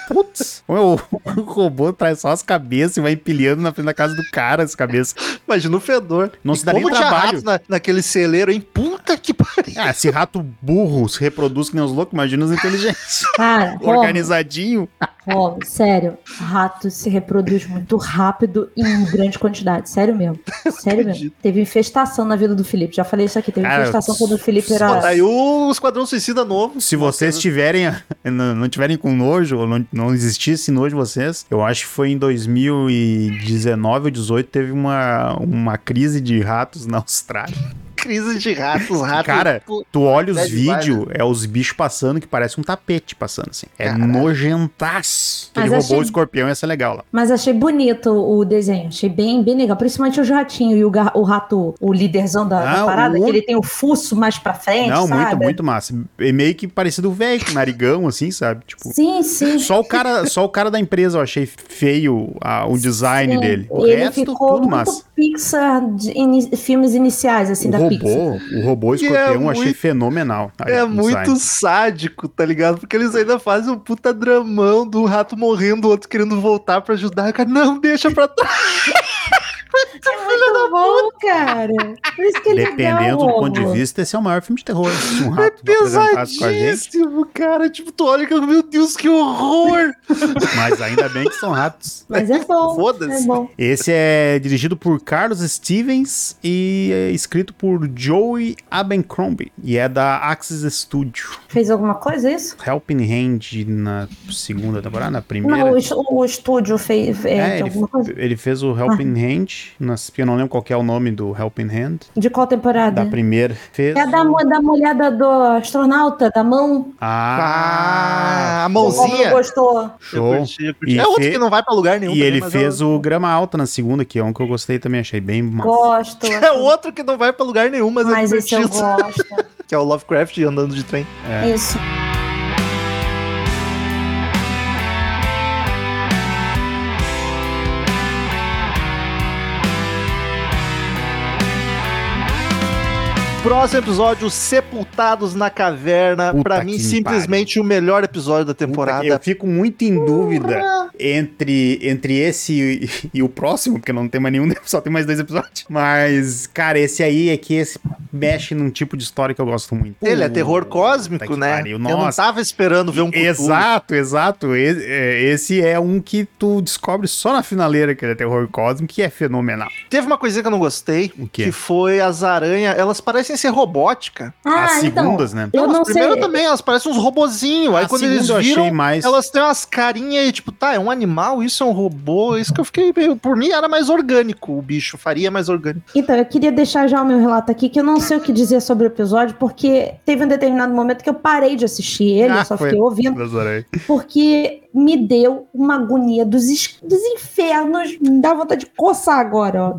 S2: Putz, o, o robô traz só as cabeças e vai empilhando na frente da casa do cara as cabeças.
S1: Imagina o fedor.
S2: Não se dá nem
S1: Como tinha
S2: trabalho.
S1: rato na, naquele celeiro, hein? Puta que pariu.
S2: Ah, se rato burro se reproduz que nem os loucos, imagina os inteligentes.
S3: Cara, Rob,
S2: Organizadinho.
S3: Rob, sério. Rato se reproduz muito rápido e em grande quantidade. Sério mesmo. Sério mesmo. Teve infestação na vida do Felipe. Já falei isso aqui. Teve
S2: Cara,
S3: infestação quando o Felipe era.
S1: Pô, tá aí o Esquadrão Suicida novo.
S2: Se vocês tiverem, eh, não não tiverem com nojo, ou não, não existisse nojo de vocês, eu acho que foi em 2019 ou 18 teve uma, uma crise de ratos na Austrália.
S1: Crise de ratos, ratos.
S2: Cara,
S1: Pô,
S2: Tu olha os
S1: É demais,
S2: vídeos, é os bichos passando que parece um tapete passando assim. É
S1: Caralho.
S2: nojentaço. Ele
S3: Mas
S2: roubou
S3: achei-
S2: o escorpião, ia ser legal lá.
S3: Mas achei bonito o desenho, achei bem, bem legal. Principalmente o ratinho e o, gar- o rato, o líderzão da, da
S2: Ah,
S3: parada,
S2: o-
S3: que ele tem o fuço mais pra frente,
S2: não,
S3: sabe?
S2: muito, muito massa. É meio que parecido o velho, com narigão assim, sabe? Tipo,
S3: Sim, sim.
S2: só o cara, só o cara da empresa eu achei feio ah, o design
S3: sim.
S2: dele. O
S3: ele
S2: resto
S3: ficou
S2: tudo
S3: muito
S2: massa.
S3: Pixar, de ini- filmes iniciais, assim,
S2: O
S3: da Pixar.
S2: robô, o robô escorpião, eu achei
S1: muito-
S2: fenomenal.
S1: É
S2: Olha,
S1: muito
S2: design.
S1: sádico, tá ligado? Porque eles ainda fazem um puta dramão do rato morrendo, o outro querendo voltar pra ajudar. Cara, não, deixa pra trás.
S3: É muito bom, cara. Por isso que é
S2: Dependendo
S3: legal,
S2: do ponto de
S3: Romulo.
S2: vista, esse é o maior filme de terror. Se um
S1: É
S2: rato apresentasse com a gente,
S1: pesadíssimo, cara. Tipo, tu olha e fala, meu Deus, que horror.
S2: mas ainda bem que são ratos.
S3: Mas é bom. É
S1: Foda-se.
S3: bom.
S2: Esse é dirigido por Carlos Stevens e é escrito por Joey Abercrombie e é da Axis Studio.
S3: Fez alguma coisa é isso?
S2: Helping Hand na segunda temporada, na primeira.
S3: Não, o, est- o estúdio fez é,
S2: é,
S3: de
S2: ele,
S3: alguma coisa. Ah.
S2: ele fez o Helping Hand, nas, eu não lembro qual que é o nome do Helping Hand,
S3: De qual temporada?
S2: da primeira. Fez
S3: É da, mo- da molhada do astronauta, da mão.
S2: Ah,
S1: Ah, a
S3: O Romulo
S1: mãozinha.
S3: gostou.
S1: Eu
S2: show.
S1: curti, eu curti.
S2: E
S1: É outro
S2: fe-
S1: que não vai pra lugar nenhum.
S2: E
S1: também,
S2: ele
S1: mas
S2: fez
S1: é
S2: o grama alta na segunda, que é um que eu gostei também, achei bem massa.
S3: Gosto.
S1: É outro que não vai pra lugar nenhum, mas,
S3: Mas
S1: é
S3: esse eu
S1: divertido.
S3: gosto.
S1: Que é o Lovecraft andando de trem.
S3: Isso.
S1: Próximo episódio, Sepultados na Caverna.
S2: Puta
S1: pra
S2: que
S1: mim,
S2: me
S1: simplesmente o melhor episódio da temporada.
S2: Eu fico muito em dúvida entre, entre esse e, e o próximo, porque não tem mais nenhum, só tem mais dois episódios. Mas, cara, esse aí é que esse mexe num tipo de história que eu gosto muito.
S1: Ele é terror
S2: Puta
S1: cósmico,
S2: que
S1: né?
S2: pariu,
S1: Eu não
S2: Nossa,
S1: tava esperando ver um Cthulhu.
S2: Exato, exato. E- é, Esse é um que tu descobre só na finaleira que ele é terror cósmico, que é fenomenal.
S1: Teve uma coisinha que eu não gostei,
S2: O quê?
S1: que foi as aranhas. Elas parecem ser robótica.
S3: Ah,
S2: As
S3: então.
S2: segundas, né?
S3: Eu
S1: Não, as
S3: não
S1: primeiras
S3: sei.
S1: também, elas parecem uns robozinhos. Aí
S2: A
S1: quando
S2: segunda
S1: eles
S2: Ah, eu achei
S1: viram,
S2: mais...
S1: elas têm umas carinhas e tipo, tá, é um animal, isso é um robô. Isso que eu fiquei meio... Por mim era mais orgânico o bicho, faria mais orgânico.
S3: Então, eu queria deixar já o meu relato aqui, que eu não sei o que dizer sobre o episódio, porque teve um determinado momento que eu parei de assistir ele,
S2: Ah,
S3: eu só
S2: foi.
S3: fiquei ouvindo.
S2: das aranhas.
S3: porque me deu uma agonia dos, es- dos infernos. Me dá vontade de coçar agora, ó.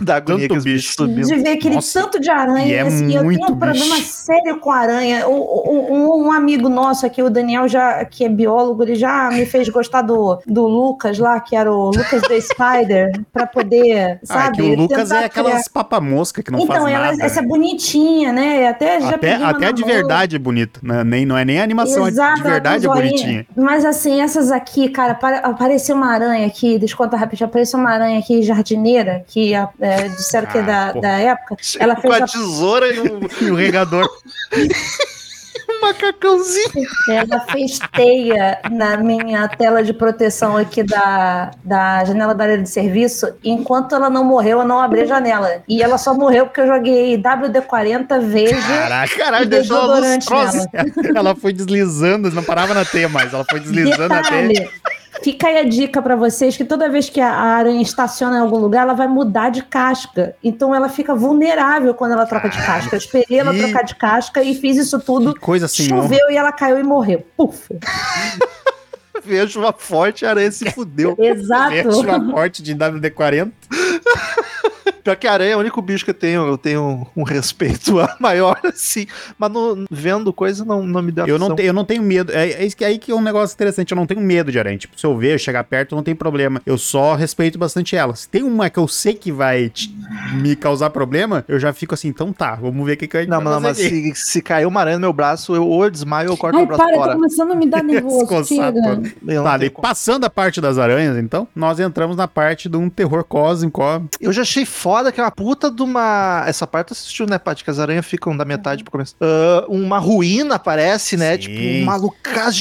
S1: da agonia
S2: Ah, Tanto
S1: é que os bichos
S2: bicho.
S1: subindo.
S3: De ver aquele
S2: Nossa,
S3: tanto de aranha.
S2: e é
S3: assim, eu tenho
S2: muito
S3: um problema
S2: bicho.
S3: sério com aranha. O- o- o- um amigo nosso aqui, o Daniel, já, que é biólogo, ele já me fez gostar do, do Lucas lá, que era o Lucas the Spider, pra poder,
S2: Ah, é
S3: sabe?
S2: que o Lucas
S3: tentar
S2: é
S3: criar.
S2: aquelas papamosca que não
S3: então,
S2: faz
S3: ela,
S2: nada. né?
S3: essa é bonitinha, né? Até já
S2: até
S3: peguei uma
S2: até a de
S3: namoro.
S2: verdade é bonita. né? Nem, não é nem a animação, a
S3: Exato,
S2: de verdade é
S3: ela tem um zoinho.
S2: bonitinha.
S3: Mas assim, essas aqui, cara, apare- apareceu uma aranha aqui, desconta rapidinho, apareceu uma aranha aqui jardineira, que a- é, disseram que é da,
S2: Ah, porra.
S3: da época.
S1: Chega
S3: Ela
S1: com
S3: fez
S1: a
S3: a,
S1: tesoura e um
S2: E o regador.
S3: Um
S1: macacãozinho.
S3: ela fez teia na minha tela de proteção aqui da, da janela da área de serviço. Enquanto ela não morreu, eu não abri a janela. E ela só morreu porque eu joguei WD-40 Veja.
S2: Caraca,
S1: Caralho,
S3: E
S1: deixou ela
S3: desodorante
S1: lustrosa.
S3: nela.
S2: ela foi deslizando, não parava na teia mais. Ela foi deslizando até.
S3: Detalhe, Fica aí a dica pra vocês que toda vez que a aranha estaciona em algum lugar, ela vai mudar de casca. Então ela fica vulnerável quando ela troca de casca. Eu esperei ela
S2: E-
S3: trocar de casca e fiz isso tudo.
S2: Que coisa sem honra.
S3: Choveu e ela caiu e morreu. Puf.
S1: Vejo uma forte a aranha se fudeu.
S2: Mete
S3: Exato.
S2: uma corte de WD-40.
S1: Pior que a aranha é o único bicho que eu tenho, eu tenho um respeito a maior, assim. Mas no- vendo coisa não, não me deu
S2: Eu não,
S1: atenção.
S2: te- eu não tenho medo. É, é isso que- aí que é um negócio interessante. Eu não tenho medo de aranha. Tipo, se eu ver, eu chegar perto, não tem problema. Eu só respeito bastante ela. Se tem uma que eu sei que vai te- me causar problema, eu já fico assim, então tá, vamos ver o que, que a gente
S1: Não,
S2: vai
S1: mas, assim, não, mas
S2: fazer aqui.
S1: se, se cair uma aranha no meu braço, eu ou eu desmaio ou corto
S3: Ai,
S1: meu braço
S3: para, tá
S1: fora.
S3: começando a me dar nervoso.
S2: Descoçar
S3: Chega.
S2: todo.
S1: Eu, não
S2: Tá,
S1: tenho
S2: daí,
S1: como.
S2: passando a parte das aranhas, então, nós entramos na parte de um terror cósmico, ó.
S1: Eu já achei foda que é uma puta de uma. Essa parte tu assistiu, né, Paty? Que as aranhas ficam da metade pro começo. Ah, uma ruína, parece, né?
S2: Sim.
S1: Tipo, uma lucaz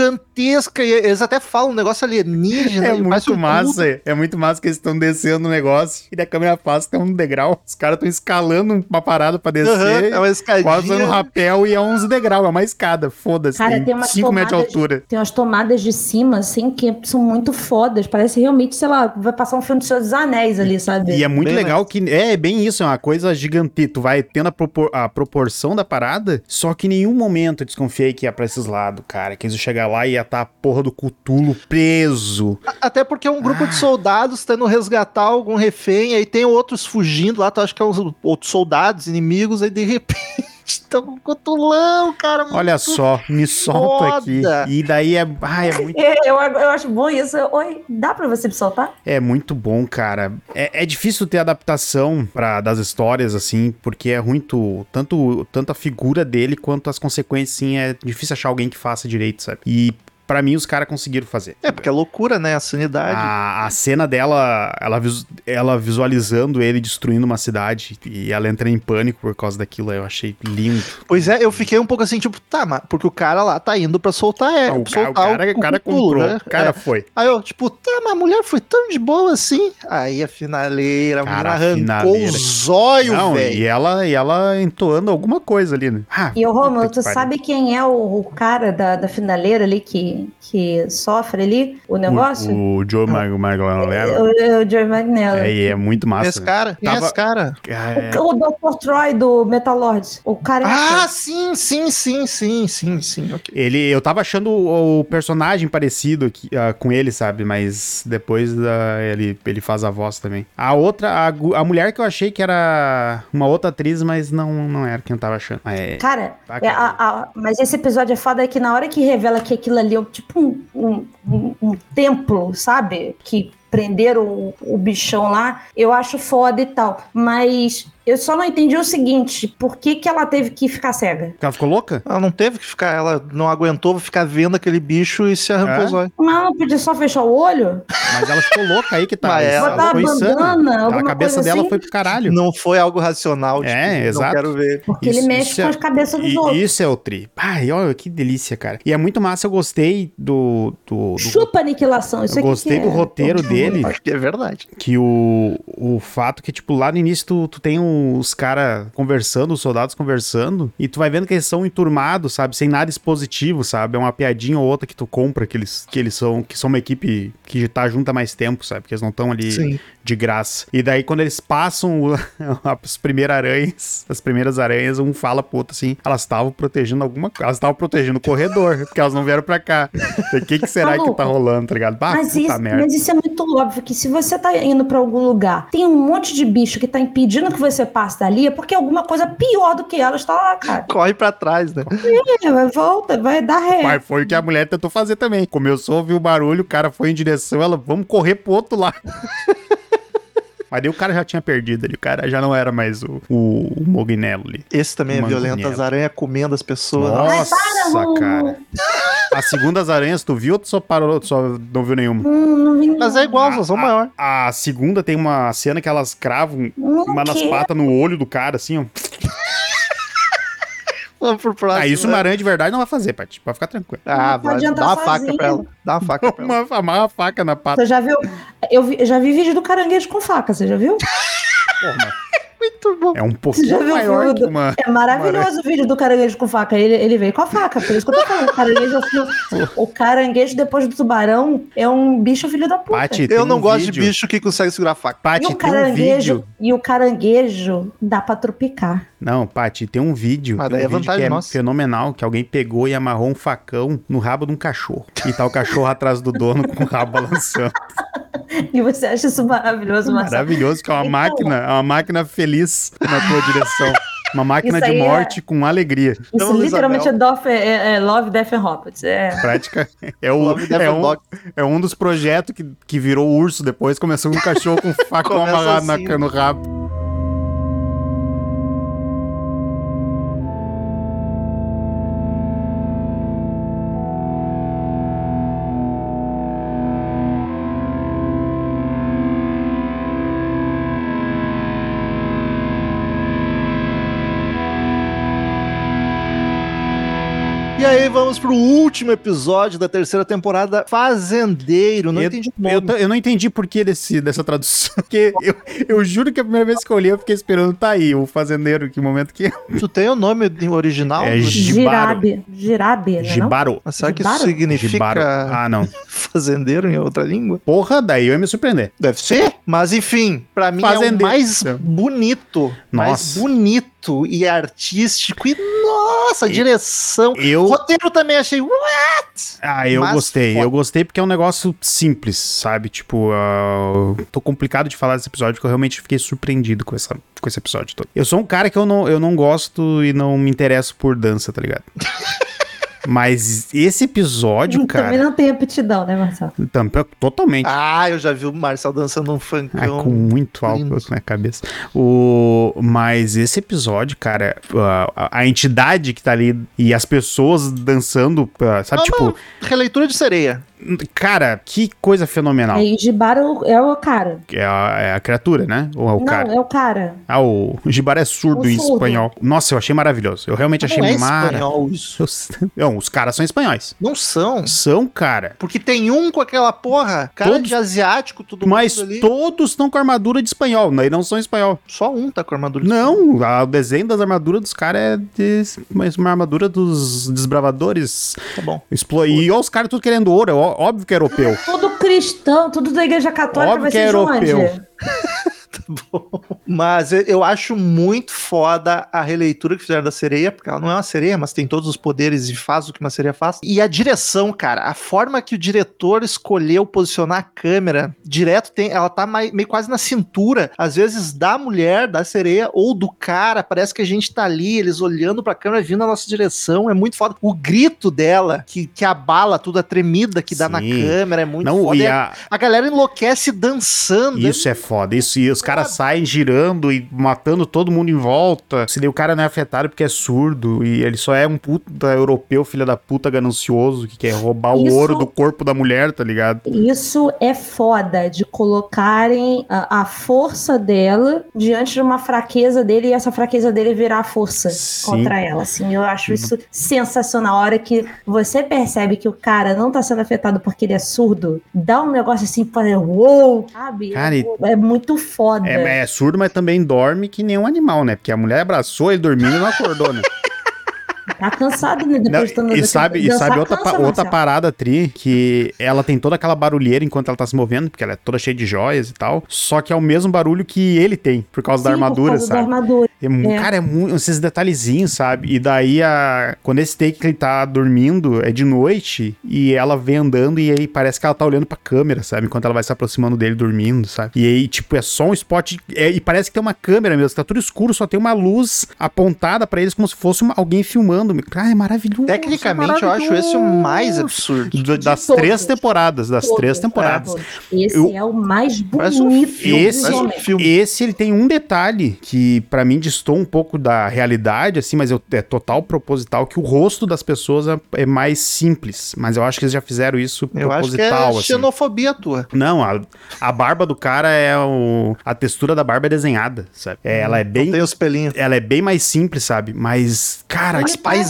S1: gigantesca. E eles até falam um negócio alienígena.
S2: É
S1: e parece
S2: muito
S1: um puto-
S2: massa, é muito massa que eles estão descendo o negócio e da câmera passa, tem um degrau, os caras estão escalando uma parada pra descer.
S1: Aham, é uma escadinha.
S2: Quase no rapel e é 11 degrau, é uma escada, foda-se.
S3: Cara, tem umas
S2: 5 metros
S3: tomadas
S2: de
S3: de-
S2: altura.
S3: Tem umas tomadas de cima, assim, que são muito fodas. Parece realmente, sei lá, vai passar um filme do Senhor dos Anéis ali, sabe?
S2: E é muito
S1: Bem
S2: legal que. É, é bem isso, é uma coisa gigante. Tu vai tendo a, propor- a proporção da parada, só que em nenhum momento eu desconfiei que ia pra esses lados, cara. Que eles iam chegar lá e ia estar a porra do cutulo preso.
S1: Até porque é um grupo
S2: Ah.
S1: de soldados tentando resgatar algum refém, aí tem outros fugindo lá, tu acha que é uns outros soldados, inimigos, aí de repente estão com um cotulão, cara.
S2: Olha só, me solta aqui.
S1: foda.
S2: E daí é. Ai, é muito.
S3: É, Eu, eu acho bom isso. Oi, dá pra você me soltar?
S2: É muito bom, cara. É, é difícil ter adaptação pra, das histórias, assim, porque é muito. Tanto, tanto a figura dele quanto as consequências, assim, é difícil achar alguém que faça direito, sabe? E pra mim os caras conseguiram fazer.
S1: É, porque é loucura, né? A sanidade.
S2: A, a cena dela, ela, visu- ela visualizando ele destruindo uma cidade e ela entra em pânico por causa daquilo, eu achei lindo.
S1: Pois é, eu fiquei um pouco assim, tipo, tá, mas porque o cara lá tá indo pra soltar é,
S2: Ah, o, ca- o
S1: soltar
S2: cara, o cara
S1: Cthulhu,
S2: comprou,
S1: né?
S2: o cara foi.
S1: Aí eu, tipo, tá, mas a mulher foi tão de boa assim. Aí a finaleira, a mulher
S2: Cara, a
S1: arrancou
S2: finaleira.
S1: os olhos,
S2: Não,
S1: velho.
S2: e é ela, e ela entoando alguma coisa ali, né? Ah,
S3: E o Romulo,
S2: puta
S3: tu
S2: que pariu.
S3: sabe quem é o, o cara da, da finaleira ali que, que sofre ali o um negócio? É
S2: O, o Joe Mar- Margolero.
S3: O, o Joe Magnello.
S2: É, e é muito massa.
S1: Esse cara, quem é
S2: Tava-
S1: esse cara?
S2: É,
S3: O, o Dr. Troy do Metalord. O cara é
S1: Ah, sim, sim, sim, sim, sim, sim, ok.
S2: ele, eu tava achando o, o personagem parecido aqui, ah, com ele, sabe? Mas depois da- ele, ele faz a voz também. A outra, a, gu- a mulher que eu achei que era uma outra atriz, mas não, não era quem eu tava achando. É,
S3: Cara,
S2: Tá,
S3: é, a- a- mas esse episódio é foda é que na hora que revela que aquilo ali é um- tipo um, um, um- um templo, sabe? Que prenderam o, o bichão lá, eu acho foda e tal. Mas eu só não entendi o seguinte: por que, que ela teve que ficar cega?
S2: ela ficou louca?
S1: Ela não teve que ficar, ela não aguentou ficar vendo aquele bicho e se arrancou
S2: É?
S1: os olhos.
S3: Mas ela podia só fechar o olho?
S2: Mas ela ficou louca aí que tá.
S1: Mas ela-
S3: botar
S2: ela
S3: uma
S2: foi insana.
S3: bandana?
S2: A
S3: Alguma
S2: cabeça
S3: coisa
S2: dela
S3: assim?
S2: foi pro caralho.
S1: Não foi algo racional, tipo,
S2: É,
S1: não
S2: exato.
S1: quero ver.
S3: Porque
S2: Isso-
S3: ele mexe
S2: isso
S3: com
S2: é-
S3: as cabeças dos
S2: E-
S3: outros.
S2: isso é o tri. Ai, olha que delícia, cara. E é muito massa, eu gostei do. do, do
S3: Chupa aniquilação. Isso
S2: eu
S3: aqui
S2: gostei
S3: que
S2: do
S3: é-
S2: roteiro dele.
S1: Acho que é verdade.
S2: que o, o fato que, tipo, lá no início tu, tu tem os caras conversando, os soldados conversando, e tu vai vendo que eles são enturmados, sabe? Sem nada expositivo, sabe? É uma piadinha ou outra que tu compra que eles, que eles são, que são uma equipe que tá junta há mais tempo, sabe? Que eles não estão ali
S1: Sim.
S2: de graça. E daí, quando eles passam o- as primeiras aranhas, as primeiras aranhas, um fala pro outro assim, elas estavam protegendo alguma coisa, elas estavam protegendo o corredor, porque elas não vieram pra cá. O que, que será que tá rolando, tá ligado? Ah,
S3: mas,
S2: puta
S3: isso,
S2: merda.
S3: mas isso é muito óbvio que se você tá indo pra algum lugar, tem um monte de bicho que tá impedindo que você passe dali, é porque alguma coisa pior do que ela está lá, cara.
S1: Corre pra trás, né?
S3: É, vai, volta, vai dar ré.
S2: Mas foi o que a mulher tentou fazer também. Começou a ouvir o barulho, o cara foi em direção, ela, vamos correr pro outro lado. Mas daí o cara já tinha perdido ali, o cara já não era mais o, o, o Mognello ali.
S1: Esse também é
S2: Mano,
S1: violento,
S2: Daniel.
S1: as aranhas comendo as pessoas.
S2: Nossa,
S3: Romulo.
S2: cara. As segundas aranhas, tu viu ou tu só parou, tu só um, não viu nenhuma?
S3: Hum, não vi
S1: Mas é igual, só são
S2: a-
S1: maior.
S2: A segunda tem uma cena que elas cravam
S3: não
S2: uma nas
S3: quero.
S2: patas no olho do cara, assim, ó.
S1: Vamos pro próximo.
S2: Ah, isso
S1: né?
S2: uma aranha de verdade não vai fazer, Paty. Pode ficar tranquilo.
S1: Ah,
S3: Não
S1: vai,
S3: pode
S1: dá
S3: entrar
S1: uma faca
S3: sozinho.
S1: pra ela. Dá uma faca pra ela.
S2: Uma, amarra a faca na pata.
S3: Você já viu? Eu vi- eu já vi vídeo do caranguejo com faca, você já viu?
S2: Porra,
S1: muito bom.
S2: É um
S3: Você já
S2: pouquinho
S3: viu
S2: maior que
S3: tudo?
S2: uma.
S3: É maravilhoso o vídeo do caranguejo com faca. Ele, ele veio com a faca, por isso que eu tô falando. O caranguejo, é o filho- o caranguejo depois do tubarão, é um bicho filho da puta.
S2: Pati, tem
S1: Eu não
S2: um
S1: gosto
S2: vídeo.
S1: de bicho que consegue segurar a faca.
S3: e
S2: Pati,
S3: o
S2: tem um
S3: caranguejo,
S2: vídeo.
S3: e o caranguejo dá pra tropicar.
S2: Não, Pati, tem um vídeo.
S1: Mas
S2: tem um
S1: daí é
S2: vídeo
S1: vantagem
S2: que é
S1: nossa.
S2: fenomenal, que alguém pegou e amarrou um facão no rabo de um cachorro. E tá o cachorro atrás do dono com o rabo balançando.
S3: E você acha isso maravilhoso, Marcelo?
S2: Maravilhoso, que é uma
S3: Então-
S2: máquina, é uma máquina feliz na tua direção. Uma máquina
S3: Isso
S2: de
S3: aí é-
S2: morte com alegria.
S3: Isso
S1: Luiz
S3: literalmente é,
S1: Abel.
S3: Dolph- é- é Love, Death and Robots. É.
S2: Prática. É, o,
S1: Love Death
S2: é,
S1: and
S2: um,
S1: Dog.
S2: é um dos projetos que, que virou urso depois. Começou com um cachorro com um facão
S1: Começa
S2: amarrado na
S1: assim.
S2: ca- no rabo.
S1: E aí, vamos pro último episódio da terceira temporada, Fazendeiro. Não
S2: Eu-
S1: entendi o
S2: Eu,
S1: nome.
S2: tô- eu não entendi por que desse, dessa tradução. Porque eu, eu juro que a primeira vez que eu olhei, eu fiquei esperando tá aí, o fazendeiro, que momento que
S1: Tu tem o nome original?
S2: É
S1: do-
S2: Gi- Gibaro.
S3: Girabe. Girabe, né? não?
S2: Gibaro.
S1: Mas será que isso
S3: Gibaro?
S2: Gibaro.
S1: significa
S2: Ah, não.
S1: fazendeiro em outra língua?
S2: Porra, daí eu ia me surpreender.
S1: Deve ser. Mas enfim, pra mim
S2: Fazendeiro.
S1: é o mais
S2: É.
S1: bonito. Mais
S2: Nossa.
S1: bonito e artístico. E nossa,
S2: E-
S1: direção. O
S2: Eu.
S1: roteiro também achei. ué,
S2: Ah, eu
S1: Mas
S2: gostei.
S1: foda.
S2: Eu gostei porque é um negócio simples, sabe? Tipo, ah, tô complicado de falar desse episódio porque eu realmente fiquei surpreendido com, essa, com esse episódio todo. Eu sou um cara que eu não, eu não gosto e não me interesso por dança, tá ligado? Mas esse episódio,
S3: Também
S2: cara,
S3: não tem aptidão, né, Marcelo?
S2: tampa- totalmente.
S1: Ah, eu já vi o Marcel dançando um
S2: Ah,
S1: funkão.
S2: com muito álcool
S1: lindo.
S2: na cabeça. O... Mas esse episódio, cara, a, a- a entidade que tá ali e as pessoas dançando, ah, sabe?
S1: Ah,
S2: tipo,
S1: não. Releitura de sereia.
S2: cara, que coisa fenomenal.
S3: Aí Gibaro é o cara.
S2: É a, é a criatura, né? Ou é o
S3: não,
S2: cara?
S3: é o cara.
S2: Ah, o o Jibara é surdo
S3: O
S2: em
S3: surdo.
S2: espanhol. Nossa, eu achei maravilhoso. Eu realmente achei
S1: não é
S2: maravilhoso.
S1: espanhol isso.
S2: Não, os caras são espanhóis.
S1: Não são.
S2: São, cara.
S1: Porque tem um com aquela porra, cara
S2: Todos-
S1: de asiático, tudo
S2: Mas
S1: mundo ali.
S2: todos estão com armadura de espanhol, né? E não são espanhol.
S1: Só um tá com armadura. de-
S2: Não, a- o desenho das armaduras dos caras é de, mas uma armadura dos desbravadores.
S1: Tá bom.
S2: Explo- E ó, os caras tudo querendo ouro. ó, óbvio que é europeu.
S3: Tudo cristão, tudo da igreja católica
S2: Óbvio
S3: vai
S2: que é
S3: ser de onde?
S2: europeu.
S1: Mas eu- eu acho muito foda a releitura que fizeram da sereia, porque ela não é uma sereia, mas tem todos os poderes e faz o que uma sereia faz. E a direção, cara, a forma que o diretor escolheu posicionar a câmera direto, tem, ela tá mai- meio quase na cintura, às vezes da mulher, da sereia ou do cara. Parece que a gente tá ali, eles olhando pra câmera, vindo na nossa direção. É muito foda. O grito dela, que, que abala tudo, a tremida que dá na
S2: Sim.
S1: câmera, é muito
S2: Não,
S1: foda.
S2: e
S1: E a...
S2: a,
S1: a galera enlouquece dançando. é
S2: Isso é foda. Isso, e os caras saem girando e matando todo mundo em volta. Se daí o cara não é afetado porque é surdo e ele só é um puta europeu, filha da puta, ganancioso, que quer roubar
S3: Isso-
S2: o ouro do corpo da mulher, tá ligado?
S3: Isso é foda de colocarem a, a força dela diante de uma fraqueza dele e essa fraqueza dele virar a força
S2: Sim. Uhum.
S3: contra ela. Assim, eu acho isso sensacional. A hora que você percebe que o cara não tá sendo afetado porque ele é surdo, dá um negócio assim para uou, sabe?
S2: Cara, e-
S3: é muito foda.
S2: É, é surdo, mas também dorme que nem um animal, né? Porque a mulher abraçou ele dormindo e não acordou, né?
S3: Tá cansado, né?
S2: Não,
S3: Depois de tanto
S2: e sabe, e
S3: dançar,
S2: sabe outra,
S3: cansa,
S2: pa- outra
S3: Marcelo.
S2: parada tri, que ela tem toda aquela barulheira enquanto ela tá se movendo, porque ela é toda cheia de joias e tal. Só que é o mesmo barulho que ele tem, por causa da
S3: Sim, por
S2: armadura,
S3: causa da
S2: sabe?
S3: armadura.
S2: É mu-
S3: É.
S2: Cara, é muito. Esses detalhezinhos, sabe? E daí, a, quando esse take que ele tá dormindo, é de noite, e ela vem andando, e aí parece que ela tá olhando pra câmera, sabe? Enquanto ela vai se aproximando dele dormindo, sabe? E aí, tipo, é só um spot. é, e parece que tem uma câmera mesmo, tá tudo escuro, só tem uma luz apontada pra eles como se fosse uma- alguém filmando. Cara, é maravilhoso.
S1: Tecnicamente, eu acho esse o mais absurdo.
S2: Do- das
S3: todos.
S2: três temporadas, das
S3: Todos,
S2: três temporadas.
S3: todos. Esse
S2: Eu-
S3: é o mais
S1: Parece um
S3: bonito.
S1: filme,
S3: dos
S1: parece um
S3: homens.
S1: filme.
S2: Esse ele tem um detalhe que pra mim distou um pouco da realidade, assim, mas eu- é total proposital que o rosto das pessoas é, é mais simples. Mas eu acho que eles já fizeram isso
S1: Eu acho que
S2: proposital,
S1: é
S2: assim.
S1: xenofobia tua.
S2: Não, a, a barba do cara é o. A textura da barba é desenhada, sabe? É, ela é
S1: Não
S2: bem.
S1: tem os pelinhos.
S2: Ela é bem mais simples, sabe? Mas, cara, a
S3: Mas
S1: paisagem,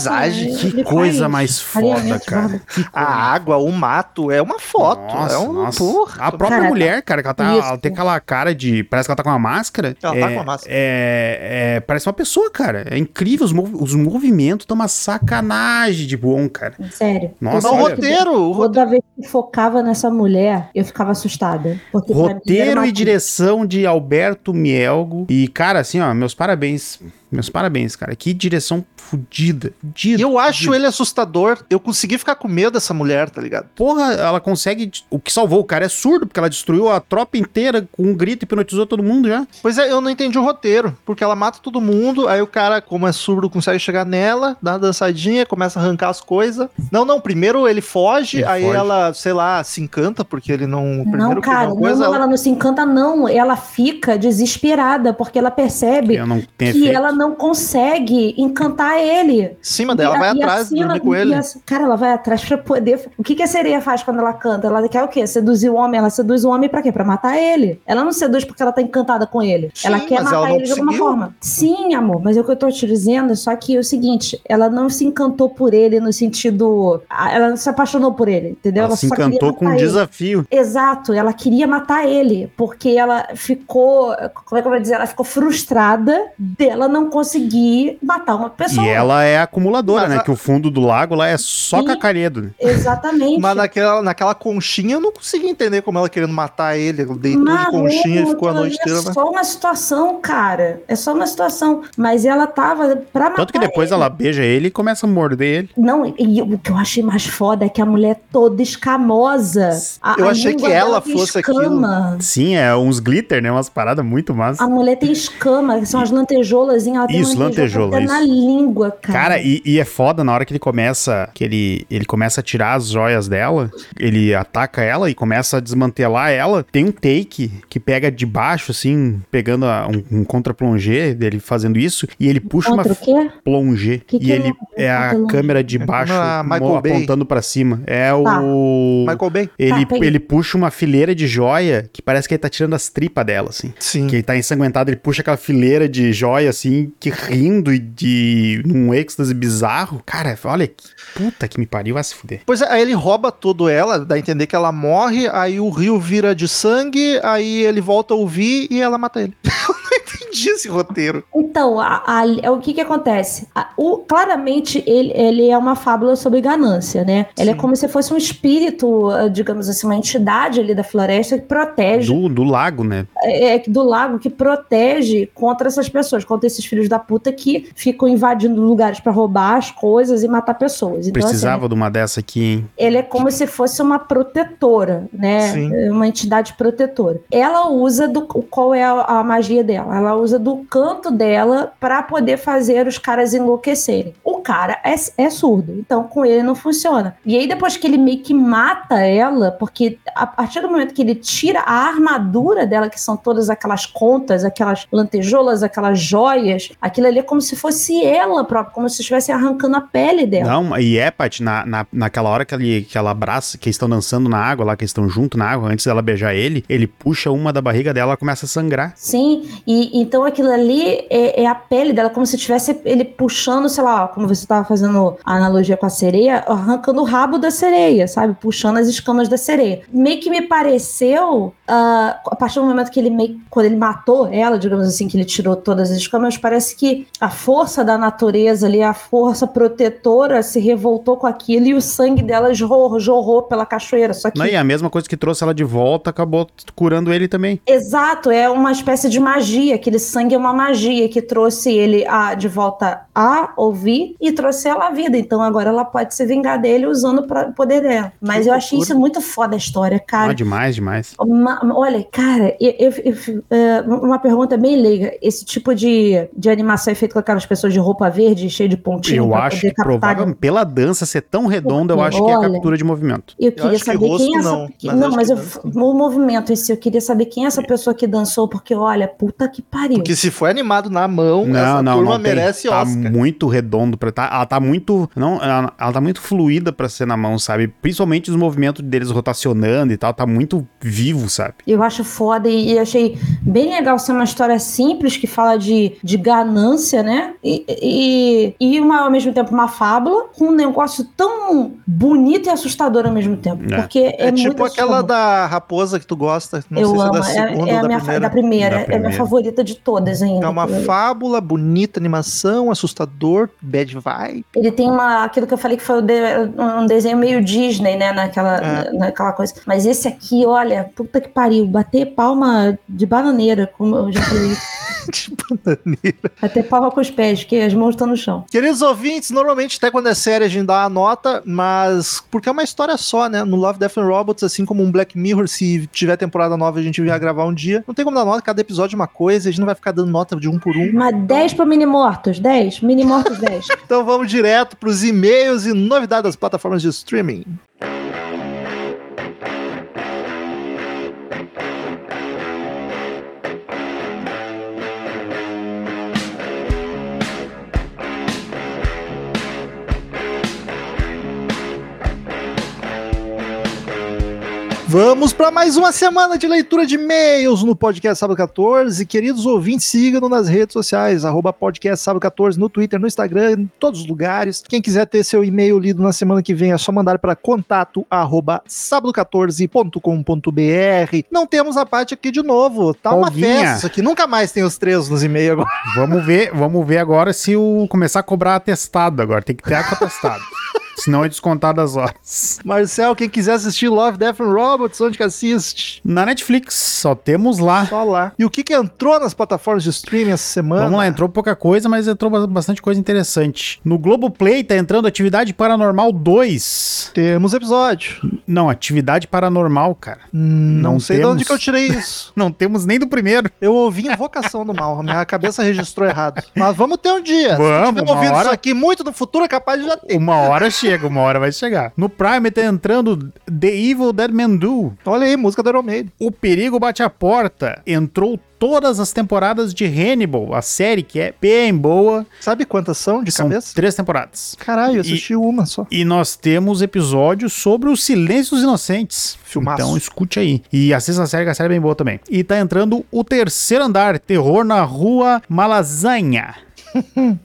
S3: passa,
S2: Que
S3: ele
S2: coisa
S3: faz é
S2: mais foda,
S3: alinhamento,
S2: cara.
S3: borda-
S1: A água, o mato, é uma foto. é um porra.
S2: A própria
S3: Cara,
S2: mulher, cara, que ela, tá,
S3: isso.
S2: ela tem aquela cara de. Parece que ela tá com uma máscara.
S1: Ela
S2: é,
S1: tá com uma máscara.
S2: É, é- parece uma pessoa, cara. É incrível. Os, mov- os movimentos estão uma sacanagem de bom, cara.
S3: né? Sério.
S2: Nossa,
S1: Mas o
S3: olha.
S1: roteiro, o roteiro.
S3: Toda vez que focava nessa mulher, eu ficava assustada. Porque pra mim era
S2: Roteiro
S3: uma-
S2: e direção de Alberto Mielgo. E, cara, assim, ó, meus parabéns. Meus parabéns, cara. Que direção fudida.
S1: E
S2: Fudida.
S1: eu acho ele assustador. Eu consegui ficar com medo dessa mulher, tá ligado?
S2: Porra, ela consegue. O que salvou o cara é surdo, porque ela destruiu a tropa inteira com um grito e hipnotizou todo mundo já.
S1: Pois é, eu não entendi o roteiro, porque ela mata todo mundo, aí o cara, como é surdo, consegue chegar nela, dá uma dançadinha, começa a arrancar as coisas. Não, não, primeiro ele foge,
S2: Ele
S1: aí
S2: foge.
S1: ela, sei lá, se encanta, porque ele não.
S3: Não,
S1: primeiro que
S3: cara,
S1: não
S3: não,
S1: coisa,
S3: não,
S2: é
S1: ela-
S3: ela... não se encanta, não. Ela fica desesperada, porque ela percebe
S2: Eu não
S3: que
S2: tenho efeito.
S3: ela não consegue encantar ele.
S1: em cima dela,
S3: E a-
S1: vai
S3: e a
S1: atrás,
S3: Sila-
S1: dorme com
S3: e
S1: ele.
S3: a- cara, ela vai atrás pra poder. O que, que a sereia faz quando ela canta? Ela quer o quê? Seduzir o homem? Ela seduz o homem pra quê? Pra matar ele. Ela não seduz porque ela tá encantada com ele.
S1: Sim,
S3: ela quer
S1: mas
S3: matar
S1: ela não
S3: ele de alguma
S1: conseguiu.
S3: forma. Sim, amor, mas é o que eu tô te dizendo. Só que é o seguinte: ela não se encantou por ele no sentido. a- Ela não se apaixonou por ele, entendeu?
S2: Ela se
S3: só queria
S2: encantou com um
S3: matar ele.
S2: desafio.
S3: Exato, ela queria matar ele, porque ela ficou, como é que eu vou dizer, ela ficou frustrada dela não conseguir matar uma pessoa.
S2: E ela é acumuladora,
S1: Mas
S2: né?
S1: a-
S2: Que o fundo do lago lá é só
S3: Sim.
S2: cacaredo. né?
S3: Exatamente.
S1: Mas naquela, naquela conchinha eu não consegui entender como ela querendo matar ele. Ele deitou de
S3: Maluco,
S1: conchinha e ficou a noite
S3: aquilo ali
S1: inteira.
S3: É só uma situação, cara. É só uma situação. Mas ela tava pra matar.
S2: Tanto que depois ela beija ele e começa a morder ele.
S3: Não, e o que eu achei mais foda é que a mulher é toda escamosa. A-
S1: Eu
S3: a
S1: achei
S3: língua
S1: que ela
S3: dela tem
S1: fosse aquilo.
S3: escama.
S2: Sim, é uns glitter, né? Umas paradas muito
S3: A
S2: massa.
S3: mulher tem escama, que são as lantejoulas, ela tem
S2: Isso, lantejola,
S3: até
S2: isso.
S3: na língua, cara.
S2: Cara, e, e é foda na hora que ele começa. Que ele, ele começa a tirar as joias dela. Ele ataca ela e começa a desmantelar ela. Tem um take que pega de baixo, assim, pegando a- um, um contra-plongé dele fazendo isso. E ele puxa
S3: Contra
S2: uma
S3: o quê?
S2: plongé.
S3: Que que
S2: e ele
S3: é
S2: é a
S3: contra-plongé?
S2: câmera de baixo
S1: Ah, Michael
S2: mo-
S1: Bay.
S2: apontando pra cima. É
S3: Tá.
S2: o.
S1: Michael Bay?
S3: Tá,
S2: Ele,
S3: peguei.
S2: ele puxa uma fileira de joia que parece que ele tá tirando as tripas dela, assim.
S1: Sim.
S2: Que ele tá ensanguentado, ele puxa aquela fileira de joia, assim, que rindo e de num êxtase bizarro. Cara, olha, que puta que me pariu, vai se fuder.
S1: Pois é, aí ele rouba tudo ela, dá a entender que ela morre, aí o rio vira de sangue, aí ele volta a ouvir e ela mata ele. Eu não entendi esse roteiro.
S3: Então, a- a- é o que que acontece? A- o- claramente, ele, ele é uma fábula sobre ganância, né? Ele é
S1: Sim.
S3: como se fosse um espírito, ah, digamos assim, uma entidade ali da floresta que protege,
S2: Do, do lago, né?
S3: é, é, do lago, que protege contra essas pessoas, contra esses filhos da puta que ficam invadindo lugares pra roubar as coisas e matar pessoas. Então, assim,
S2: Precisava de uma dessa aqui, hein?
S3: ele é como se fosse uma protetora, né?
S1: Sim.
S3: É Uma entidade protetora. Ela usa do qual é a, a magia dela? Ela usa do canto dela pra poder fazer os caras enlouquecerem. O cara é, é surdo, então com ele não funciona. E aí depois que ele meio que mata ela, porque a partir do momento que ele tira a armadura dela, que são todas aquelas contas, aquelas lantejoulas, aquelas joias, aquilo ali é como se fosse ela própria, como se estivesse arrancando a pele dela.
S2: Não, e é, Paty, na, na, naquela hora que, ele, que ela abraça, que eles estão dançando na água lá, que eles estão junto na água, antes dela beijar ele, ele puxa uma da barriga dela, ela começa a sangrar.
S3: Sim, e então aquilo ali é, é a pele dela, como se tivesse ele puxando, sei lá, como você estava fazendo a analogia com a sereia, arrancando o rabo da sereia, sabe? Puxando as escamas da sereia. Meio que me pareceu, ah, a partir do momento que ele meio, quando ele matou ela, digamos assim, que ele tirou todas as escamas, parece que a força da natureza ali, a força protetora se revoltou com aquilo e o sangue dela jorrou, jorrou pela cachoeira. Só que
S2: Não, e a mesma coisa que trouxe ela de volta acabou curando ele também.
S3: Exato, é uma espécie de magia. Aquele sangue é uma magia que trouxe ele a- de volta a ouvir e trouxe ela à vida. Então agora ela pode se vingar dele usando o pro- poder dela. Mas eu achei
S1: loucura.
S3: isso muito foda a história,
S2: Ah,
S3: cara.
S2: demais, demais.
S3: Uma- olha, cara, eu- eu- eu- é, uma pergunta bem leiga. Esse tipo de, de animação é feito com aquelas pessoas de roupa verde, cheio de pontinho,
S2: Eu
S3: pra
S2: acho
S3: poder
S2: que
S3: captar-
S2: provavelmente, pela dança ser tão redonda, eu acho que é
S3: Olha.
S2: captura de movimento.
S3: Eu queria
S1: acho que
S3: saber
S1: rosto
S3: quem é essa.
S1: não, mas
S3: Não,
S1: acho
S3: mas
S1: que
S3: eu- o movimento em si, eu queria saber quem é essa pessoa que dançou, porque olha, puta que pariu.
S1: Porque se foi animado na mão,
S2: Não,
S1: essa
S2: não,
S1: turma
S2: não tem.
S1: merece
S2: Tá
S1: Oscar.
S2: muito redondo pra sabe? Tá, ela tá muito. Não, ela, ela tá muito fluida pra ser na mão, sabe? Principalmente os movimentos deles rotacionando e tal, tá muito vivo, sabe?
S3: Eu acho foda e, e achei bem legal ser uma história simples que fala de, de ganância, né? E, e, e uma, ao mesmo tempo uma fábula com um negócio tão bonito e assustador ao mesmo tempo.
S2: É.
S3: Porque é,
S1: É, tipo
S3: muito
S1: aquela
S3: assustador.
S1: da raposa que tu gosta. Não
S3: eu
S1: sei
S3: amo,
S1: se
S3: é,
S1: é da segunda
S3: é
S1: ou
S3: a
S1: da
S3: minha fa-
S1: primeira.
S3: da primeira,
S2: Da
S3: é a minha
S2: primeira.
S3: favorita de todas ainda.
S1: É uma
S3: Aquilo ali.
S1: fábula, bonita animação, assustador, bad vibe.
S3: Ele tem uma, aquilo que eu falei que foi o de- um desenho meio Disney, né, naquela,
S1: É.
S3: na- naquela coisa. Mas esse aqui, olha, puta que pariu, bater palma de bananeira, como eu já falei.
S1: Tipo, Nani.
S3: bater palma com os pés, que as mãos estão no chão.
S1: Queridos ouvintes, normalmente até quando é série a gente dá a nota, mas porque é uma história só, né? No Love, Death and Robots, assim como um Black Mirror, se tiver temporada nova a gente vier gravar um dia, não tem como dar nota, cada episódio é uma coisa, a gente não vai ficar dando nota de um por um.
S3: Uma 10 pra mini mortos, 10, mini mortos 10.
S1: Então vamos direto pros e-mails e novidades das plataformas de streaming. Vamos para mais uma semana de leitura de e-mails no Podcast Sábado 14. Queridos ouvintes, sigam nas redes sociais, arroba Podcast Sábado 14, no Twitter, no Instagram, em todos os lugares. Quem quiser ter seu e-mail lido na semana que vem, é só mandar para contato arroba sábado14.com.br. Não temos a parte aqui de novo. Tá uma
S2: Folguinha.
S1: festa isso aqui. Nunca mais tem os três nos e-mails agora.
S2: Vamos ver, vamos ver agora se o começar a cobrar atestado agora. Tem que ter atestado. Senão é descontado as horas.
S1: Marcel, quem quiser assistir Love, Death and Robots, onde que assiste?
S2: Na Netflix, só temos lá.
S1: Só lá. E o que que entrou nas plataformas de streaming essa semana?
S2: Vamos lá, entrou pouca coisa, mas entrou ba- bastante coisa interessante. No Globoplay tá entrando Atividade Paranormal 2.
S1: Temos episódio.
S2: Não, Atividade Paranormal, cara.
S1: Hum, Não,
S2: Não
S1: sei de onde
S2: temos.
S1: que eu tirei isso.
S2: Não temos nem do primeiro.
S1: Eu ouvi Invocação do Mal, a minha cabeça registrou errado. Mas vamos ter um dia.
S2: Vamos,
S1: Se tiver
S2: uma
S1: ouvindo
S2: hora.
S1: isso aqui muito no futuro, é capaz de já ter.
S2: Uma hora chega, uma hora vai chegar. No Prime tá entrando The Evil Dead Man Do.
S1: Então, Olha aí, música do Iron Maiden.
S2: O Perigo Bate a Porta. Entrou todas as temporadas de Hannibal, a série que é bem boa.
S1: Sabe quantas são de
S2: São
S1: cabeça?
S2: três temporadas.
S1: Caralho, eu assisti uma só.
S2: E nós temos episódios sobre o Silêncio dos Inocentes.
S1: Filmaço.
S2: Então escute aí. E assista a série, que a série é bem boa também. E tá entrando o terceiro andar, Terror na Rua Malasanha.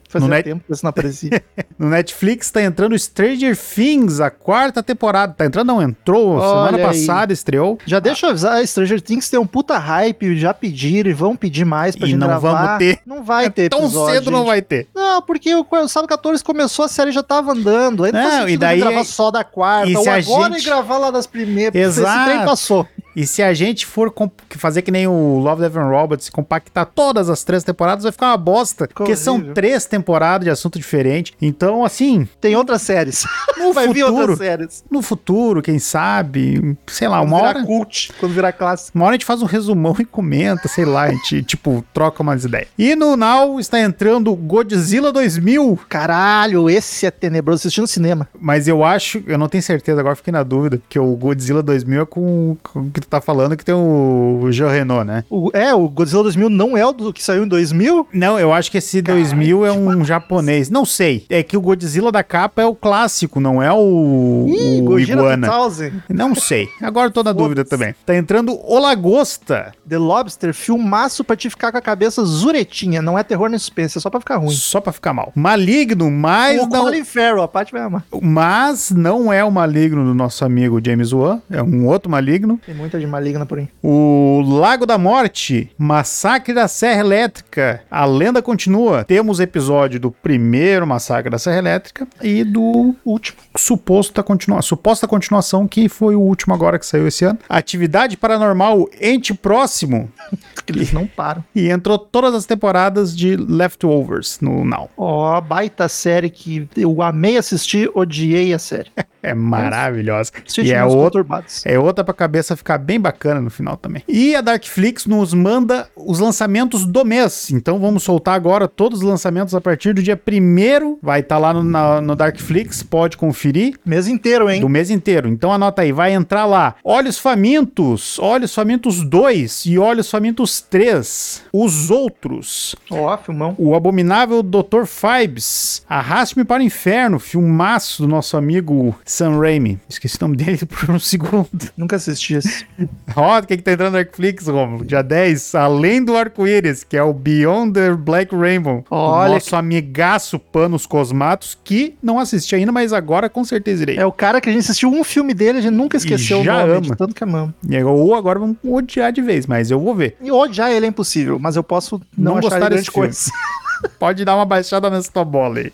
S1: Fazia
S2: No net-
S1: tempo que isso não aparecia.
S2: No Netflix tá entrando Stranger Things, a quarta temporada. Tá entrando, não entrou.
S1: Olha
S2: semana
S1: aí.
S2: passada estreou.
S1: Já deixa eu avisar, Stranger Things tem um puta hype, já pediram e vão pedir mais pra
S2: E
S1: gente
S2: não
S1: gravar.
S2: vamos ter. É
S1: Não vai ter
S2: Tão
S1: episódio,
S2: cedo não
S1: gente.
S2: vai ter.
S1: Não, porque o, o Sábado 14 começou, a série já tava andando. Aí não,
S2: Não,
S1: faz
S2: e
S1: sentido
S2: daí-
S1: gravar só da quarta,
S2: e
S1: ou
S2: se a
S1: agora
S2: gente-
S1: e gravar lá das primeiras. Esse
S2: Exato.
S1: trem passou.
S2: E se a gente for comp- fazer que nem o Love, Death and Robots, compactar todas as três temporadas, vai ficar uma bosta. Porque são
S1: horrível.
S2: três temporadas de assunto diferente. Então, assim,
S1: Tem outras séries.
S2: No
S1: Vai vir
S2: futuro.
S1: outras séries.
S2: no futuro, quem sabe, sei lá,
S1: Quando
S2: uma
S1: virar
S2: hora,
S1: cult, quando virar clássico.
S2: uma hora a gente faz um resumão e comenta, sei lá, a gente, tipo, troca umas ideias. E no Now está entrando Godzilla 2000,
S1: Caralho, esse é tenebroso. Assistindo cinema.
S2: mas eu acho, eu não tenho certeza, agora fiquei na dúvida, porque o Godzilla 2000 é com, com o que tu tá falando, que tem o Jean Reno, né?
S1: O- é, o Godzilla 2000 não é o do que saiu em 2000?
S2: Não, eu acho que esse 2000
S1: tipo,
S2: é um japonês. Não sei. É que o Godzilla da capa é o clássico, não é o,
S1: Ih,
S2: o
S1: Godzilla
S2: Iguana.
S1: 2000.
S2: Não sei. Agora tô na dúvida
S1: Foda-se.
S2: também. Tá entrando o Lagosta.
S1: The Lobster, filmaço pra te ficar com a cabeça zuretinha. Não é terror nem suspense, é só pra ficar ruim.
S2: Só pra ficar mal. Maligno, mas
S1: o
S2: não,
S1: Colin Farrell, a parte vai amar.
S2: mas não é o maligno do nosso amigo James Wan, é um outro maligno.
S1: Tem muita de maligna por aí.
S2: O Lago da Morte, Massacre da Serra Elétrica, a lenda continua. Temos episódio do primeiro Massacre da Serra Elétrica e do último, suposta, continua, suposta continuação, que foi o último agora que saiu esse ano. Atividade Paranormal Ente Próximo,
S1: Porque eles não param.
S2: e entrou todas as temporadas de Leftovers no Now.
S1: Ó, baita série que eu amei assistir, odiei a série.
S2: É maravilhosa. E é
S1: Sentimentos
S2: outra.
S1: conturbados.
S2: É outra pra cabeça ficar bem bacana no final também. E a Darkflix nos manda os lançamentos do mês. Então vamos soltar agora todos os lançamentos a partir do dia 1 Vai estar lá no, na- no Darkflix, pode conferir.
S1: Mês inteiro, hein?
S2: Do mês inteiro. Então anota aí, vai entrar lá. Olhos Famintos, Olhos Famintos 2 e Olhos Famintos 3. Os outros.
S1: Ó, filmão.
S2: O abominável Dr. Fibes, Arraste-me para o Inferno, filmaço do nosso amigo Sam Raimi. Esqueci o nome dele por um segundo.
S1: Nunca assisti esse.
S2: Ó, o que, que tá entrando no Netflix, Romulo? Dia 10, Além do Arco-Íris, que é o Beyond the Black Rainbow.
S1: Olha
S2: O nosso amigaço Panos Cosmatos, que não assisti ainda, mas agora com certeza irei.
S1: É o cara que a gente assistiu um filme dele, a gente nunca esqueceu
S2: já
S1: o nome,
S2: ama.
S1: de tanto que amamos.
S2: E agora- Ou agora vamos odiar de vez, mas eu vou ver.
S1: E odiar ele é impossível, mas eu posso não,
S2: Não
S1: achar
S2: gostar
S1: ele grande
S2: desse filme.
S1: coisa.
S2: Pode dar uma baixada nessa tua bola aí.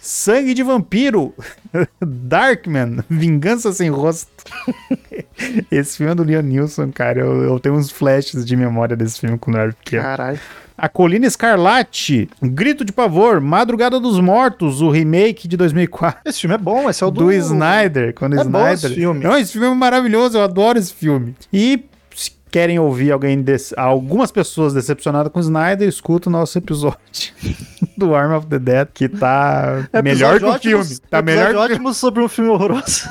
S2: Sangue de Vampiro, Darkman, Vingança Sem Rosto. Esse filme é do Leon Nilson, cara. Eu, eu tenho uns flashes de memória desse filme quando eu era pequeno.
S1: Caralho.
S2: A Colina Escarlate, Grito de Pavor, Madrugada dos Mortos, o remake de 2004
S1: Esse filme é bom, esse é o do...
S2: do, Snyder. Quando
S1: É bom
S2: Snyder.
S1: esse filme.
S2: Não, esse filme é maravilhoso, eu adoro esse filme. E se querem ouvir alguém desse- algumas pessoas decepcionadas com o Snyder, escuta o nosso episódio do Arm of the Dead, que tá
S1: É
S2: melhor que o
S1: episódio
S2: filme.
S1: ótimo-
S2: Tá
S1: episódio
S2: melhor que o filme.
S1: ótimo sobre um filme horroroso.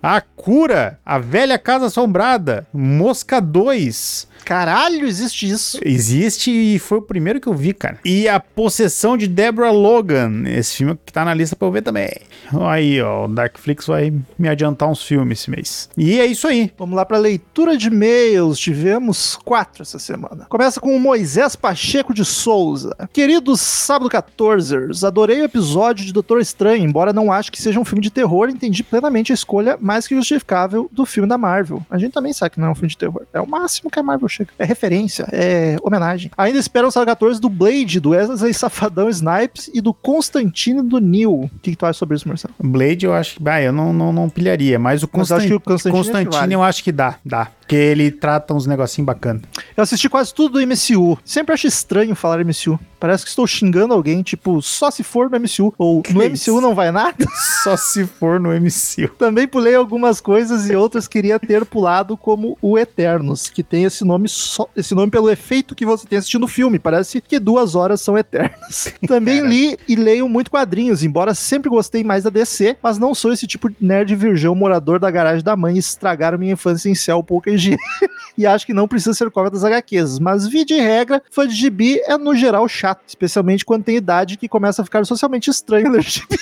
S2: A Cura, A Velha Casa Assombrada, Mosca 2,
S1: Caralho, existe isso.
S2: Existe e foi o primeiro que eu vi, cara. E A Possessão de Deborah Logan. Esse filme que tá na lista pra eu ver também. Aí, ó, o Darkflix vai me adiantar uns filmes esse mês. E é isso aí.
S1: Vamos lá para leitura de e-mails. Tivemos quatro essa semana. Começa com o Moisés Pacheco de Souza. Queridos Sábado 14ers, adorei o episódio de Doutor Estranho, embora não ache que seja um filme de terror, entendi plenamente a escolha mais que justificável do filme da Marvel. A gente também sabe que não é um filme de terror. É o máximo que a Marvel chega. É referência, é homenagem. Ainda espero o Sábado 14 do Blade, do Wesley Safadão Snipes e do Constantino do Neil. O que, que tu acha sobre isso, Marcelo?
S2: Blade, eu acho que. Bah, eu não, não, não pilharia, mas o
S1: Mas eu acho
S2: Constantino.
S1: que o Constantine é que
S2: Constantino
S1: vale.
S2: eu acho que dá, dá. Porque ele trata uns negocinhos bacanas.
S1: Eu assisti quase tudo do MCU. Sempre acho estranho falar MCU. Parece que estou xingando alguém, tipo, só se for no MCU. Ou no MCU
S2: isso?
S1: não vai nada.
S2: Só se for no MCU.
S1: Também pulei algumas coisas e outras queria ter pulado, como o Eternos, que tem esse nome só, esse nome pelo efeito que você tem assistindo o filme. Parece que duas horas são eternas. Também li e leio muito quadrinhos, embora sempre gostei mais da DC, mas não sou esse tipo de nerd virgão morador da garagem da mãe e estragaram minha infância em céu pouca higiene e acho que não precisa ser cópia das HQs. Mas, vi de regra, fã de gibi é no geral chato, especialmente quando tem idade que começa a ficar socialmente estranho né, ler gibi.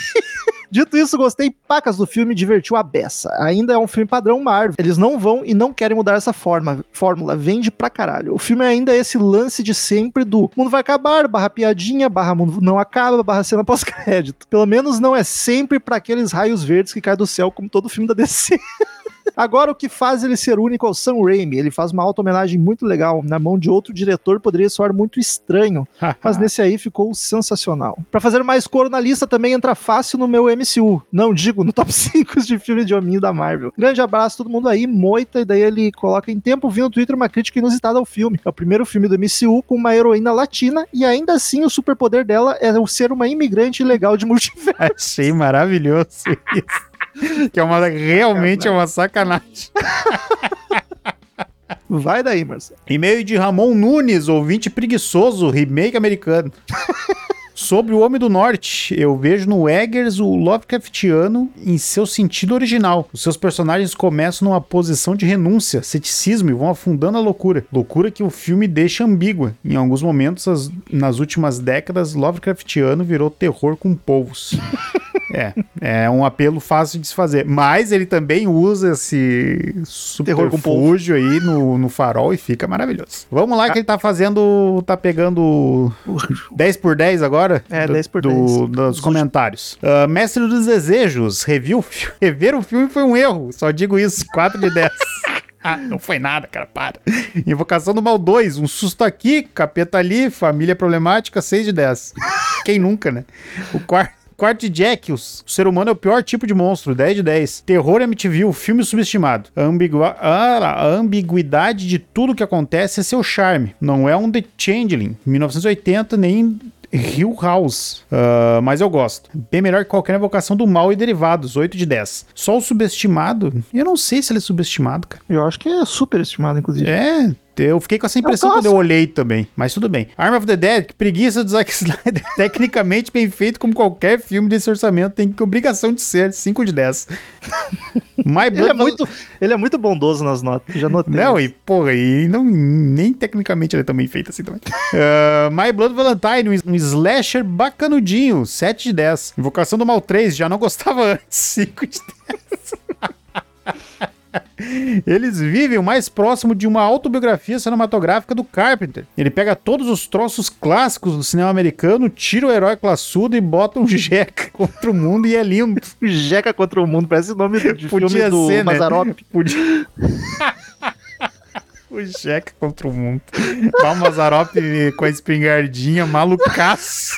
S1: Dito isso, gostei pacas do filme, divertiu a beça. Ainda é um filme padrão Marvel. Eles não vão e não querem mudar essa forma, fórmula. Vende pra caralho. O filme ainda é esse lance de sempre do mundo vai acabar, barra piadinha, barra mundo não acaba, barra cena pós-crédito. Pelo menos não é sempre pra aqueles raios verdes que caem do céu, como todo filme da DC. Agora, o que faz ele ser único ao Sam Raimi? Ele faz uma auto-homenagem muito legal. Na mão de outro diretor poderia soar muito estranho, mas nesse aí ficou sensacional. Pra fazer mais coro na lista também entra fácil no meu MCU. Não digo, no top 5 de filme de hominho da Marvel. Grande abraço a todo mundo aí, moita, e daí ele coloca em tempo, vi no Twitter uma crítica inusitada ao filme. É o primeiro filme do MCU com uma heroína latina, e ainda assim o superpoder dela é o ser uma imigrante legal de multiverso.
S2: Achei maravilhoso isso. que é uma, realmente é uma sacanagem.
S1: Vai daí, Marcelo.
S2: E-mail de Ramon Nunes, ouvinte preguiçoso, remake americano. Sobre o Homem do Norte, eu vejo no Eggers o Lovecraftiano em seu sentido original. Os seus personagens começam numa posição de renúncia, ceticismo e vão afundando a loucura. Loucura que o filme deixa ambígua. Em alguns momentos, as- nas últimas décadas, Lovecraftiano virou terror com povos. É, é um apelo fácil de se fazer. Mas ele também usa esse
S1: Terror com polvo.
S2: subterfúgio aí no, no farol e fica maravilhoso. Vamos lá que ele tá fazendo, tá pegando 10 por 10 agora?
S1: É,
S2: Do-
S1: 10 por 10.
S2: do- Dos comentários. Ah, Mestre dos Desejos, review, rever o filme foi um erro, só digo isso, 4 de 10. Ah, não foi nada, cara, para. Invocação do Mal 2, um susto aqui, capeta ali, família problemática, 6 de 10. Quem nunca, né? O quarto. Quarto de Jack, o s- o ser humano é o pior tipo de monstro, 10 de 10. Terror Amityville, filme subestimado. A, ambigua- ah, a ambiguidade de tudo que acontece é seu charme. Não é um The Changeling, 1980, nem Hill House, ah, mas eu gosto. Bem melhor que qualquer invocação do mal e derivados, 8 de 10. Só o subestimado, eu não sei se ele é subestimado, cara.
S1: Eu acho que é super estimado, inclusive. um
S2: É, eu fiquei com essa impressão quando eu olhei também, mas tudo bem. Arm of the Dead, que preguiça do Zack Snyder. Tecnicamente bem feito, como qualquer filme desse orçamento, tem que obrigação de ser 5 de 10. My
S1: Ele
S2: Blood
S1: é, muito, ele é muito bondoso nas notas, já notei.
S2: Não, e porra, e não, nem tecnicamente ele é tão bem feito assim também. Ah, My Blood Valentine, um slasher bacanudinho, 7 de 10. Invocação do Mal 3, já não gostava antes, 5 de 10. Eles vivem o mais próximo de uma autobiografia cinematográfica do Carpenter. Ele pega todos os troços clássicos do cinema americano, tira o herói classudo e bota um jeca contra o mundo e é lindo.
S1: Jeca contra o mundo, parece o nome de filme
S2: Podia
S1: do
S2: ser, né?
S1: Mazarop.
S2: Podia. o Jeca contra o mundo. Dá uma Mazarop com a espingardinha, malucaço.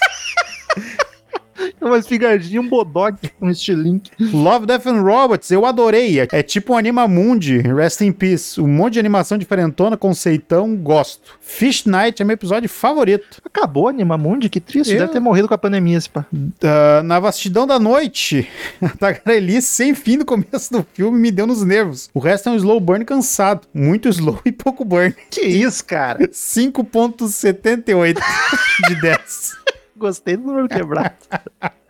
S1: Uma espingardinha, um bodoque, um estilingue.
S2: Love, Death and Robots, eu adorei. É, é tipo um Animamundi, Rest in Peace. Um monte de animação diferentona, conceitão, gosto. Fish Night é meu episódio favorito.
S1: Acabou Animamundi, que triste.
S2: Eu-
S1: Deve ter morrido com a pandemia, esse pá.
S2: Ah, na vastidão da noite, a tagarelice sem fim no começo do filme me deu nos nervos. O resto é um slow burn cansado. Muito slow e pouco burn.
S1: Que isso, cara?
S2: 5.78 de 10.
S1: Gostei do número quebrado.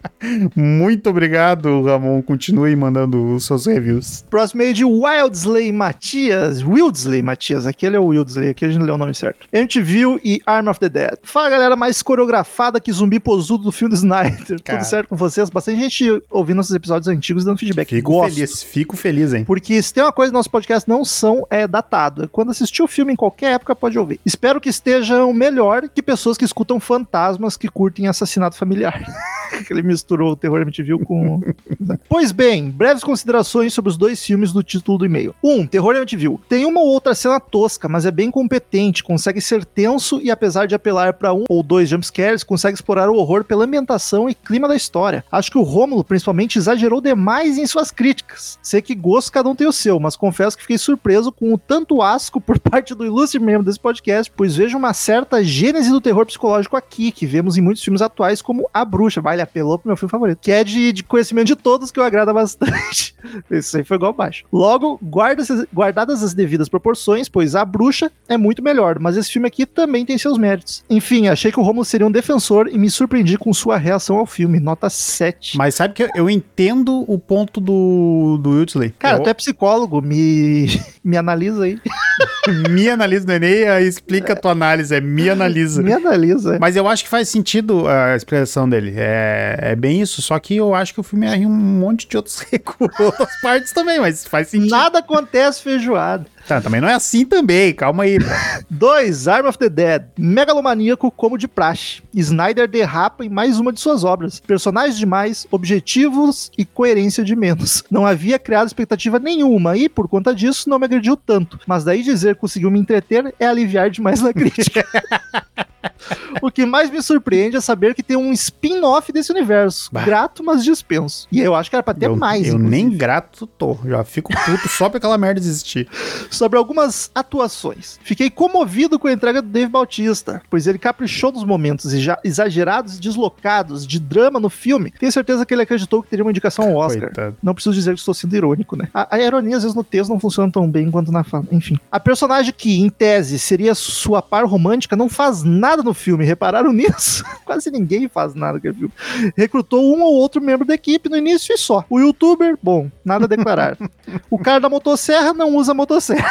S2: Muito obrigado, Ramon. Continue mandando os seus reviews.
S1: Próximo é de Wildsley Matias. Wildsley Matias, aquele é o Wildsley, aqui a gente leu o nome certo. MTV e Arm of the Dead. Fala galera mais coreografada que zumbi posudo do filme do Snyder.
S2: Cara.
S1: Tudo certo com vocês? Bastante gente ouvindo nossos episódios antigos e dando feedback.
S2: Fico
S1: Gosto.
S2: feliz, fico feliz, hein?
S1: Porque se tem uma coisa que nosso podcast não são, é datado. Quando assistir o filme em qualquer época, pode ouvir. Espero que estejam melhor que pessoas que escutam fantasmas que curtem assassinato familiar. Ele misturou o terror MTV com. pois bem, breves considerações sobre os dois filmes do título do e-mail. Um, Terror MTV. Tem uma ou outra cena tosca, mas é bem competente, consegue ser tenso e apesar de apelar para um ou dois jumpscares, consegue explorar o horror pela ambientação e clima da história. Acho que o Rômulo, principalmente, exagerou demais em suas críticas. Sei que gosto cada um tem o seu, mas confesso que fiquei surpreso com o tanto asco por parte do ilustre membro desse podcast, pois vejo uma certa gênese do terror psicológico aqui, que vemos em muitos filmes atuais, como A Bruxa. Vai, ele apelou pro meu filme favorito. Que é de, de conhecimento de todos, que eu agrada bastante. Isso aí foi igual baixo. Logo, guarda guardadas as devidas proporções, pois A Bruxa é muito melhor, mas esse filme aqui também tem seus méritos. Enfim, achei que o Romulo seria um defensor e me surpreendi com sua reação ao filme, nota 7.
S2: Mas sabe que eu- eu entendo o ponto do, do Wildsley.
S1: Cara,
S2: eu,
S1: tu é psicólogo, me, me analisa aí.
S2: Me analisa no Enem, aí explica a tua análise. É me analisa.
S1: Me analisa. é.
S2: Mas eu acho que faz sentido a expressão dele. É, é bem isso. Só que eu acho que o filme é um monte de outros recursos, outras partes também, mas faz sentido.
S1: Nada acontece feijoada.
S2: Tá, também não é assim também. Calma aí. pô.
S1: 2. Arm of the Dead. Megalomaníaco como de praxe. Snyder derrapa em mais uma de suas obras. Personagens demais, objetivos e coerência de menos. Não havia criado expectativa nenhuma e, por conta disso, não me agrediu tanto. Mas daí dizer que conseguiu me entreter é aliviar demais na crítica. O que mais me surpreende é saber que tem um spin-off desse universo.
S2: Bah.
S1: Grato, mas dispenso. E eu acho que era pra ter
S2: eu,
S1: mais.
S2: Eu
S1: inclusive.
S2: nem grato tô. Já fico puto só pra aquela merda existir.
S1: sobre algumas atuações. Fiquei comovido com a entrega do Dave Bautista, pois ele caprichou nos momentos exa- exagerados e deslocados de drama no filme. Tenho certeza que ele acreditou que teria uma indicação ao Oscar.
S2: Coitado.
S1: Não preciso dizer que estou sendo irônico, né? A, a ironia, às vezes, no texto não funciona tão bem quanto na fala. Enfim. A personagem que, em tese, seria sua par romântica, não faz nada no filme. Repararam nisso? Quase ninguém faz nada no filme. Recrutou um ou outro membro da equipe no início e só. O youtuber, bom, nada a declarar. o cara da motosserra não usa motosserra.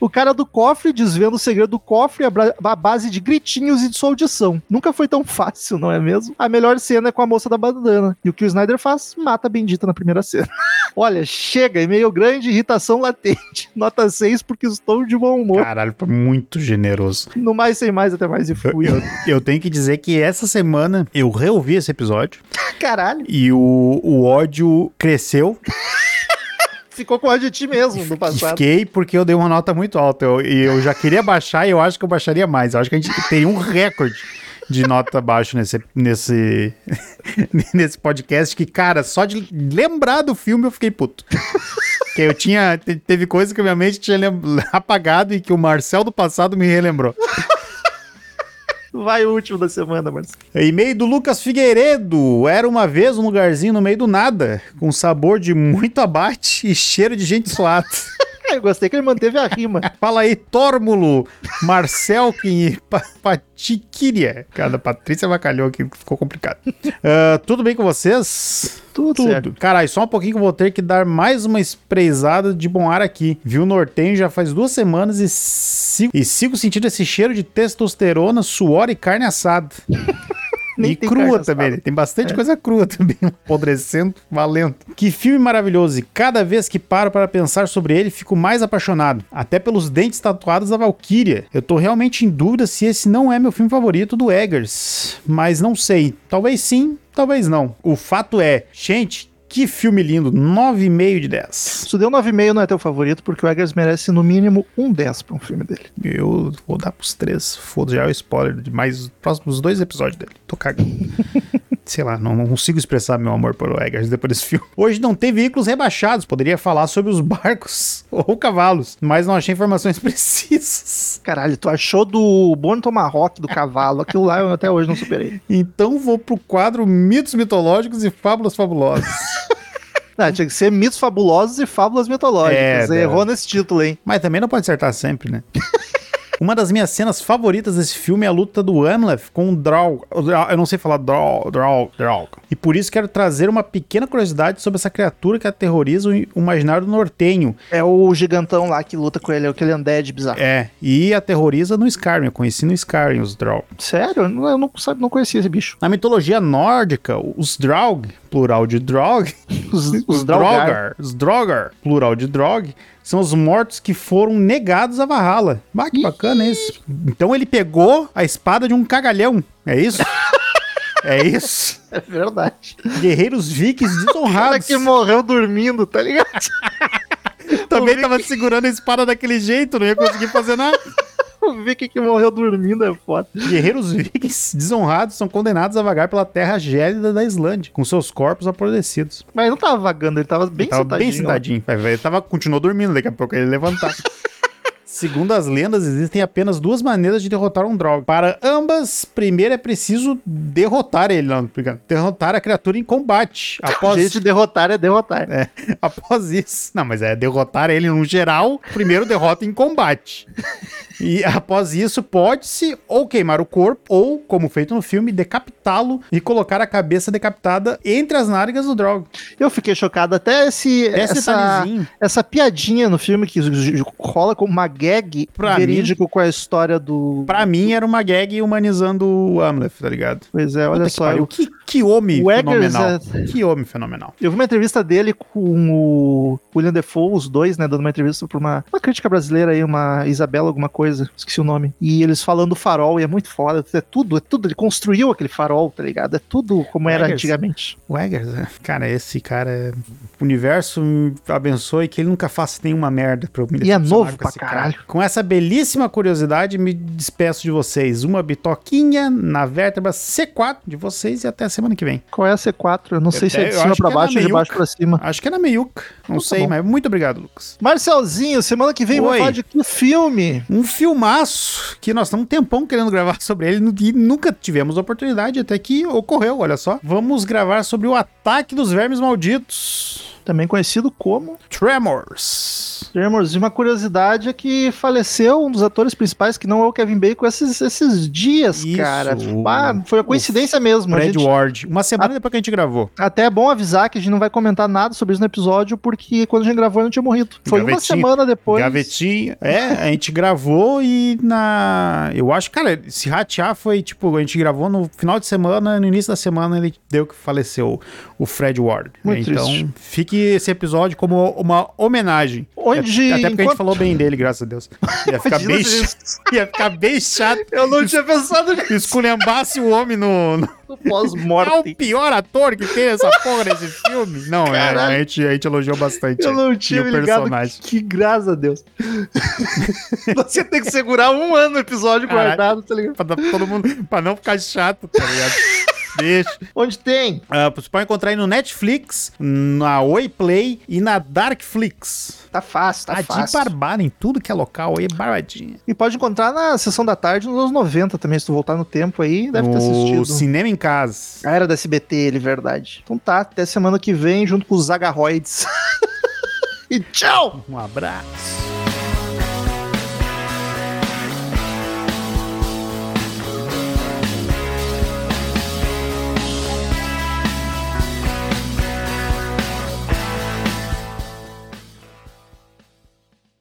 S1: O cara do cofre desvendo o segredo do cofre à bra- à base de gritinhos e de sua audição. Nunca foi tão fácil, não é mesmo? A melhor cena é com a moça da bandana. E o que o Snyder faz? Mata a bendita na primeira cena. Olha, chega, e-mail grande, irritação latente. Nota 6, porque estou de bom humor.
S2: Caralho, foi muito generoso.
S1: No mais, sem mais, até mais. E fui.
S2: Eu, eu tenho que dizer que essa semana eu reouvi esse episódio
S1: Caralho,
S2: e o, o ódio cresceu.
S1: ficou com ódio de ti mesmo no
S2: E
S1: passado.
S2: fiquei porque eu dei uma nota muito alta. Eu- E eu, já queria baixar e eu acho que eu baixaria mais. Eu acho que a gente teria um recorde de nota abaixo nesse, nesse, nesse podcast. Que, cara, só de lembrar do filme eu fiquei puto. Porque eu tinha. te- Teve coisa que a minha mente tinha lem- apagado e que o Marcel do passado me relembrou.
S1: Vai o último da semana, Marcelo.
S2: E-mail do Lucas Figueiredo. Era uma vez um lugarzinho no meio do nada, com sabor de muito abate e cheiro de gente suada.
S1: É, Eu gostei que ele manteve a rima.
S2: Fala aí, Tórmulo, Marcelkin e Pa- Patiquíria. Cara, a Patrícia vacalhou aqui, ficou complicado. Ah, tudo bem com vocês?
S1: Tudo certo.
S2: Tudo. Caralho, só um pouquinho que eu vou ter que dar mais uma espreizada de bom ar aqui. Viu o Nortenho já faz duas semanas e sigo, e sigo sentindo esse cheiro de testosterona, suor e carne assada.
S1: Nem
S2: e
S1: tem
S2: crua
S1: carne assada.
S2: também,
S1: É.
S2: né? tem bastante coisa crua também, apodrecendo, valendo. Que filme maravilhoso e cada vez que paro para pensar sobre ele, fico mais apaixonado, até pelos dentes tatuados da Valkyria. Eu tô realmente em dúvida se esse não é meu filme favorito do Eggers, mas não sei. Talvez sim, talvez não. O fato é, gente, que filme lindo, 9,5 de 10.
S1: Se tu deu 9,5 não é teu favorito, porque o Eggers merece no mínimo um 10 pra um filme dele.
S2: Eu vou dar pros três. Foda-se, já é o spoiler de mais os próximos dois episódios dele. Tô cagando. Sei lá, não, não consigo expressar meu amor por Eggers depois desse filme. Hoje não tem veículos rebaixados. Poderia falar sobre os barcos ou cavalos, mas não achei informações precisas.
S1: Caralho, tu achou do Bone Tomahawk, do cavalo, aquilo lá eu até hoje não superei.
S2: Então vou pro quadro Mitos Mitológicos e Fábulas Fabulosas.
S1: Não, tinha que ser Mitos Fabulosos e Fábulas
S2: É,
S1: Mitológicas. Você
S2: né?
S1: errou nesse título, hein?
S2: Mas também não pode acertar sempre, né? Uma das minhas cenas favoritas desse filme é a luta do Amleth com o Draug. O Draug- Eu não sei falar Draug, Draug, Draug. E por isso quero trazer uma pequena curiosidade sobre essa criatura que aterroriza o o imaginário do nortenho.
S1: É o gigantão lá que luta com ele, é aquele undead bizarro.
S2: É, e aterroriza no Skyrim. Eu conheci no Skyrim os Draug.
S1: Sério? Eu não, eu não, sabe, não conhecia esse bicho.
S2: Na mitologia nórdica, os Draug, plural de Draug,
S1: Os,
S2: Os Drogar, os Drogar, plural de Drog, são os mortos que foram negados a Valhalla. Bah, que bacana isso. Então ele pegou a espada de um cagalhão, é isso? é isso.
S1: É verdade.
S2: Guerreiros vikings
S1: Cara
S2: desonrados.
S1: que morreu dormindo, tá ligado?
S2: Também tava segurando a espada daquele jeito, não ia conseguir fazer nada.
S1: O Vicky que morreu dormindo é foda.
S2: Guerreiros vikings desonrados são condenados a vagar pela terra gélida da Islândia, com seus corpos apodrecidos.
S1: Mas não tava vagando, ele tava bem
S2: tava
S1: sentadinho.
S2: bem sentadinho. Vai, vai, Ele tava, continuou dormindo, daqui a pouco ele levantar. Segundo as lendas, existem apenas duas maneiras de derrotar um Draug. Para ambas, primeiro é preciso derrotar ele, não, obrigado. derrotar a criatura em combate.
S1: Ó. O jeito
S2: Após,
S1: de derrotar é derrotar.
S2: após isso. Não, mas é derrotar ele no geral, primeiro derrota em combate. E após isso, pode-se ou queimar o corpo, ou, como feito no filme, decapitá-lo e colocar a cabeça decapitada entre as nádegas do Draug.
S1: Eu fiquei chocado até esse,
S2: Desce
S1: essa,
S2: detalhezinho.
S1: essa piadinha no filme que rola como uma gag
S2: Pra
S1: verídico com a história do.
S2: Pra mim era uma gag humanizando o Amleth, tá ligado?
S1: Pois é, olha
S2: Puta que
S1: só.
S2: pariu,
S1: Eu,
S2: Que, que homem
S1: O Eggers é-
S2: fenomenal. Que homem fenomenal.
S1: eu vi uma entrevista dele com o William Defoe, os dois, né? Dando uma entrevista pra uma, uma crítica brasileira aí, uma Isabela, alguma coisa, esqueci o nome. E eles falando do farol, e é muito foda. É tudo, é tudo. Ele construiu aquele farol, tá ligado? É tudo como era
S2: Eggers.
S1: antigamente.
S2: O Eggers,
S1: é.
S2: né? cara, esse cara. é- O universo me abençoe que ele nunca faça nenhuma merda pra eu me
S1: E é
S2: decepcionar
S1: novo
S2: com
S1: pra
S2: esse cara.
S1: caralho.
S2: Com essa belíssima curiosidade, me despeço de vocês. Uma bitoquinha na vértebra C4 de vocês e até semana que vem.
S1: Qual é a C4? Eu não sei se é
S2: eu
S1: de
S2: acho
S1: cima
S2: que
S1: pra
S2: é na
S1: baixo ou de
S2: meiuca.
S1: baixo pra cima.
S2: Acho que é na meiuca. Não
S1: Então tá
S2: sei,
S1: bom.
S2: mas muito obrigado, Lucas.
S1: Marcelzinho, semana que vem
S2: Oi.
S1: vamos falar de que filme?
S2: Um filmaço que nós estamos um tempão querendo gravar sobre ele e nunca tivemos oportunidade, até que ocorreu, olha só. Vamos gravar sobre o Ataque dos Vermes Malditos.
S1: Também conhecido como
S2: Tremors.
S1: Tremors. E uma curiosidade é que faleceu um dos atores principais, que não é o Kevin Bacon, esses, esses dias,
S2: Isso.
S1: cara. Ah, foi uma coincidência mesmo. A
S2: Fred
S1: gente-
S2: Ward. Uma semana depois que a gente gravou.
S1: até é bom avisar que a gente não vai comentar nada sobre isso no episódio, porque quando a gente gravou ele não tinha morrido. Foi uma
S2: Gavetinha.
S1: semana depois.
S2: Gavetinha. É, a gente gravou e na. Eu acho, cara, se ratear foi tipo, a gente gravou no final de semana, no início da semana ele deu que faleceu o Fred Ward.
S1: Muito
S2: então,
S1: triste.
S2: fique esse episódio como uma homenagem. É,
S1: Onde.
S2: Até porque a gente
S1: enquanto-
S2: falou bem dele, graças a Deus. Ia ficar,
S1: Imagina
S2: bem,
S1: se
S2: chato, ia ficar bem chato
S1: Eu não tinha pensado
S2: se esculhambasse o homem no. no-
S1: no
S2: É o
S1: pós-morte.
S2: pior ator que tem essa porra nesse filme. Não, é, a gente, a gente elogiou bastante.
S1: Eu não
S2: ele
S1: tinha
S2: e
S1: me
S2: o
S1: ligado.
S2: personagem.
S1: Que graça a Deus. Você tem que segurar um ano o episódio
S2: Caralho.
S1: guardado, tá ligado?
S2: Pra, dar- todo mundo, pra não ficar chato, tá ligado? Deixa.
S1: Onde tem?
S2: Ah, você pode encontrar aí no Netflix, na Oi Play e na Darkflix.
S1: Tá fácil, tá
S2: Tá de
S1: fácil.
S2: barbada em tudo que é local aí, barbadinha.
S1: E pode encontrar na sessão da tarde nos anos 90 também, se tu voltar no tempo aí, deve ter
S2: O
S1: assistido.
S2: Cinema em Casa.
S1: Ah, era da SBT, ele, verdade. Então tá, até semana que vem, junto com os Zagaroids. e tchau!
S2: Um abraço.